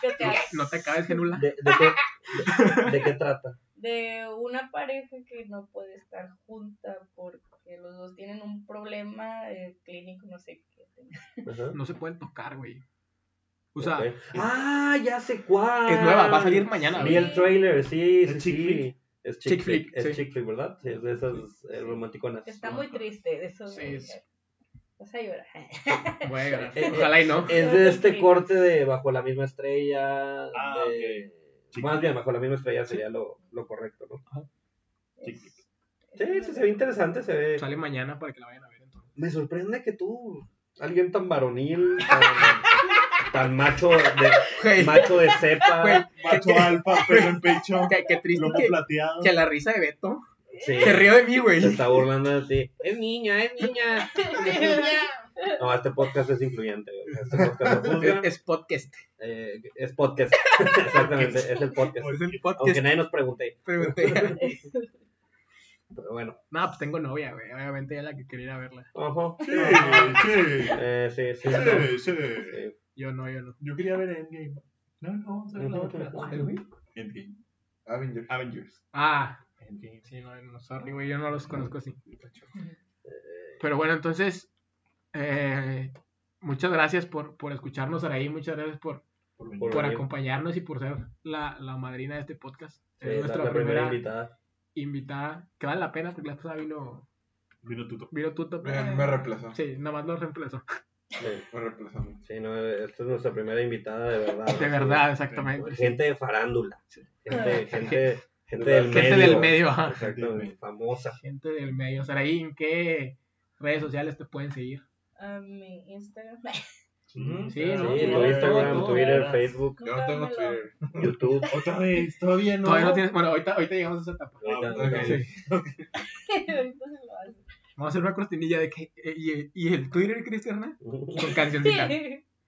¿Qué te hace? No te acabes, Genula. ¿De, de qué, de- de qué trata? de una pareja que no puede estar junta porque los dos tienen un problema eh, clínico, no sé qué. tenga. Ajá. No se pueden tocar, güey. O sea, Ok. ah, ya sé cuál. es nueva, va a salir mañana, Vi güey. el trailer, sí, ¿Es sí, chick sí. flick? Es Chick chick flick, flick, es sí. chick flick, ¿verdad? Sí, es de esas eh, romanticonas. Está muy triste de eso. Sí, de- es- Vas a [laughs] llorar. Voy a llorar. Eh, eh, Ojalá y no. Es de este corte de Bajo la misma estrella. Ah, de- Más bien, Bajo la misma estrella sería lo, lo correcto, ¿no? Es- es- Sí, sí, se ve interesante, se ve. Sale mañana para que la vayan a ver entonces. Me sorprende que tú, alguien tan [laughs] varonil, tan, tan macho de Güey, macho de cepa. güey, Macho alfa, pelo en [laughs] pecho, qué, qué triste lomo que, plateado. que la risa de Beto sí, se rió de mí, güey. se está burlando de ti. Es niña, es niña. No, este podcast es incluyente. güey. Este podcast no juzga. Es, es podcast. Eh, es podcast. Exactamente, es el podcast. Es el Aunque podcast. nadie nos pregunte. Pregunté. Pero bueno. No, pues tengo novia, güey. Obviamente ya la que quería ir a verla. Ajá. Sí, sí, Eh, sí, sí. no. sí, sí. Sí. Yo no, yo no. Yo quería ver Endgame. No, no, vamos a ver la otra. ¿El güey? Endgame. Avengers. Avengers. Ah, sí, no, no, sorry, güey. Yo no los conozco así. Pero bueno, entonces, eh, muchas gracias por, por escucharnos, Araí. Muchas gracias por, Por venir. Por por venir. acompañarnos y por ser la, la madrina de este podcast. Sí, es la- nuestra la primera primera invitada. invitada, que vale la pena porque la pasada vino, Vino Tuto. vino Tuto. Me, pero- me reemplazó. Sí, nada más lo reemplazó. Sí. Me reemplazó. Sí, no, esta es nuestra primera invitada de verdad. De Ah, Sí. verdad, exactamente. Gente de farándula. Gente, gente, gente del Gente medio. del medio, [laughs] ajá. Exactamente, famosa. Gente del medio. Saraí, ¿en qué redes sociales te pueden seguir? A Ah, mi Instagram. [laughs] Sí, Sí, ¿no? tu Todo, Instagram, todo. Twitter, Facebook, Yo no tengo Twitter. YouTube. Otra vez, todavía no. Todavía no tienes. Bueno, ahorita, ahorita llegamos a esa etapa. Ahorita, ok. ahorita. Sí. Ahorita se lo hace. Vamos a hacer una cortinilla de que. eh, ¿Y el, y el Twitter, Cristiana? Con [laughs] cancioncita.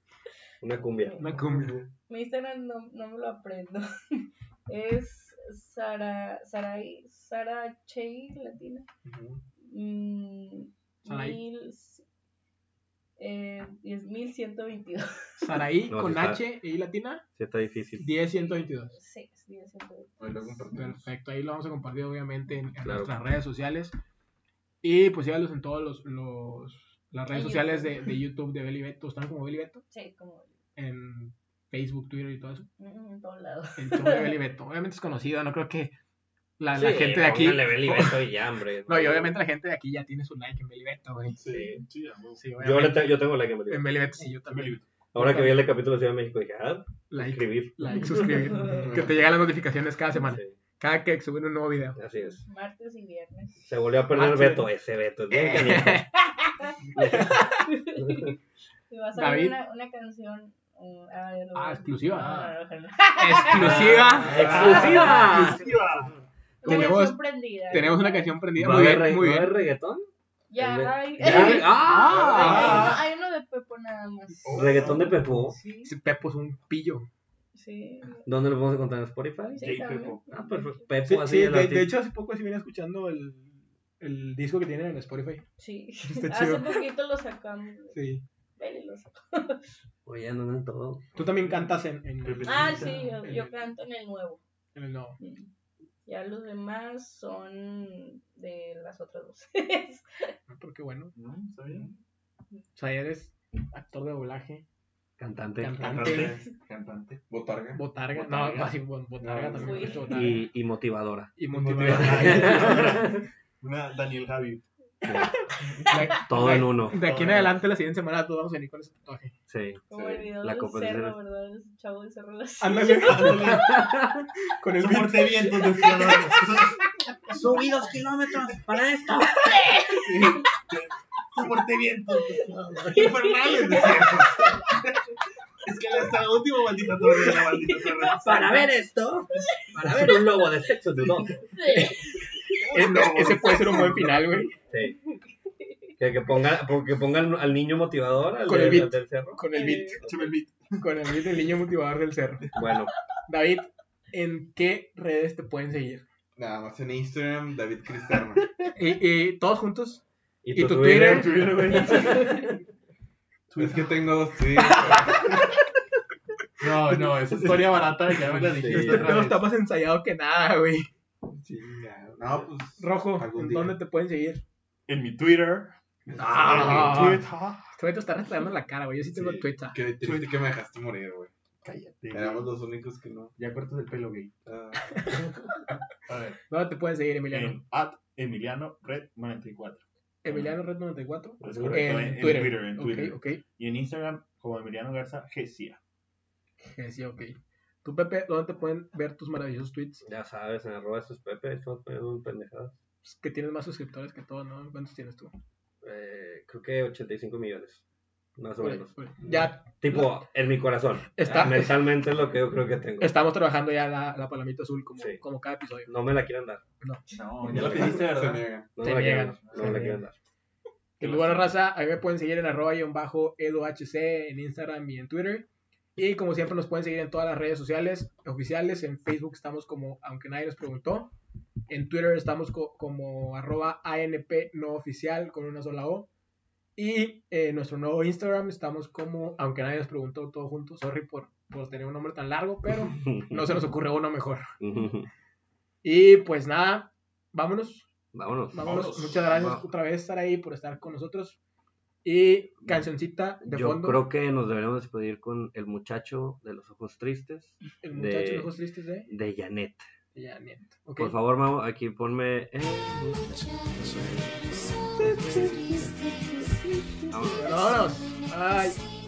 [laughs] Una cumbia. Una cumbia. Mi Instagram no, no me lo aprendo. [laughs] Es Sara, Sarai, Sara Chey, latina. Mm, Sarai. mil, eh, 10.122. Saraí No, con sí está. H y latina, Sí, está difícil. 10122. Sí, es 10.122. Ahí lo compartimos. Perfecto, ahí lo vamos a compartir obviamente en, en Claro. nuestras redes sociales. Y pues síganos en todas los, los- las redes En sociales de, de YouTube de Beli Beto. Están como Beli Beto Sí, como en Facebook, Twitter y todo eso. mm, en todos lados. El show de Beli Beto. Obviamente es conocido, no creo que la, la Sí, gente de aquí. póngale Beli Beto y ya, hombre. [laughs] No, y obviamente la gente de aquí ya tiene su like en Beli Beto, güey. Sí, sí, ya, güey. Sí, Yo, le obviamente. te- yo tengo la que me dio. En Beli Beto sí, yo también. Ahora que vi el capítulo de Ciudad de México, dije, ah, Like, escribir. like, suscribir. que te llegan las notificaciones cada semana. Cada que suben un nuevo video. Sí, así es. Martes y viernes. Se volvió a perder Ah, sí. Beto, ese Beto. es bien Eh, canijo. Y vas a David. ver una, una canción. eh, ah, ya lo Ah, voy a- exclusiva. No, no, no, no. [laughs] [laughs] Exclusiva. Ah, Exclusiva. Estoy Tenemos- sorprendida. Tenemos una canción prendida. ¿Va a Muy haber bien, re- muy va a bien. haber reggaetón? Ya, El de- ay. Ya, Hay uno- ¡Ah! Oh. hay uno de Pepo nada más. Reggaetón de Pepo. Sí, Ese Pepo es un pillo. sí. ¿Dónde lo vamos a encontrar? ¿En Spotify? sí, Jay también. Pepo. Ah, perfecto. Pepo, Sí, así sí, el de, artista. de hecho hace poco sí venía escuchando el, el disco que tienen en Spotify. Sí. Está Hace chido. poquito lo sacamos. Sí. Ven y lo sacó. Oye, andan en todo. Tú también cantas en, en, Ah, sí, yo, en- yo canto en el nuevo. en el nuevo. Ya los demás son de las otras dos. [laughs] Porque bueno, No, está bien. o sea, eres actor de doblaje, Cantante. cantante, Cantante. [laughs] Botarga. botarga. Botarga. No, así, bo- botarga No, también. sí. es botarga. Y, Y, y motivadora. motivadora. [laughs] Una Daniel Javi. [laughs] Todo en uno. De aquí en adelante, la siguiente semana, todos vamos a venir con ese tatuaje. Sí. Como el video la del copa de cerro, cerro. ¿verdad? Ese chavo del cerro de las Ándale, ándale. con el beat. Soporte vientos despiadados. Subí dos kilómetros para esto. Soporte vientos despiadados. [laughs] Infernales desiertos. Es que hasta el último maldita torre de la maldita torre. Para ver esto. Para ver un lobo de sexo dudoso. Eh, Ese- Ese puede ser un buen final, güey. Sí. Que, que, ponga, porque pongan al niño motivador, al, Con de- el beat. al del cerro. Con el beat. Échame el beat. Con el beat del niño motivador del cerro. Bueno, David, ¿en qué redes te pueden seguir? Nada más en Instagram, David Cristiano. Y, y todos juntos. y Y tu, tu Twitter. Twitter, [laughs] es que tengo dos Twitter. No, no, esa historia barata de que ya me la dijiste. Sí. Este otra pedo vez. está más ensayado que nada, güey. Chinga. No, pues. Rojo, Algún ¿en día. dónde te pueden seguir? En mi Twitter. Ah. En mi Twitter. Este güey te está restregando la cara, güey. Yo sí tengo ah. Sí. Twitter. Qué triste que me dejaste morir, güey. Cállate. Éramos los únicos que no. Ya cortas el pelo gay. Ah, A ver. ¿Dónde te pueden seguir, Emiliano? En at Emiliano Red 94. Emiliano Red 94. Es correcto. En, en Twitter. en Twitter. Ok, ok. Y en Instagram como Emiliano Garza Gesia. Eh, Sí, ok. Tú, Pepe, ¿dónde te pueden ver tus maravillosos tweets? Ya sabes, en arroba esos Pepe, estamos poniendo un pendejado. pues, que tienes más suscriptores que todo, ¿no? ¿Cuántos tienes tú? Eh, creo que 85 millones. Más o Por ahí, menos. por ahí. Ya Tipo, en mi corazón. Está- Mentalmente es lo que yo creo que tengo. estamos trabajando ya la, la palomita azul como, Sí. como cada episodio. No me la quieren dar. No, Ya lo pediste, [laughs] Se niega. No Te me la quieren niegan. dar. No me la quieren dar. Que luego la raza, a mí me pueden seguir en arroba y en bajo edohc en Instagram y en Twitter. Y como siempre nos pueden seguir en todas las redes sociales oficiales. En Facebook estamos como aunque nadie nos preguntó. En Twitter estamos co- como arroba ANP no oficial con una sola O. Y en nuestro nuevo Instagram estamos como aunque nadie nos preguntó todo junto. Sorry por, por tener un nombre tan largo, pero no se nos ocurre uno mejor. Y pues nada, vámonos. [laughs] Vámonos. Vámonos. Vámonos. Muchas gracias Va. otra vez estar ahí por estar con nosotros. Y cancioncita de Yo fondo. creo que nos deberíamos despedir con el muchacho de los ojos tristes, el muchacho de- de ojos tristes de. de Janet. Ya, nieto. Ok. Por favor, Mau, aquí ponme. eh, Muchachos, vámonos. Vámonos. Ay.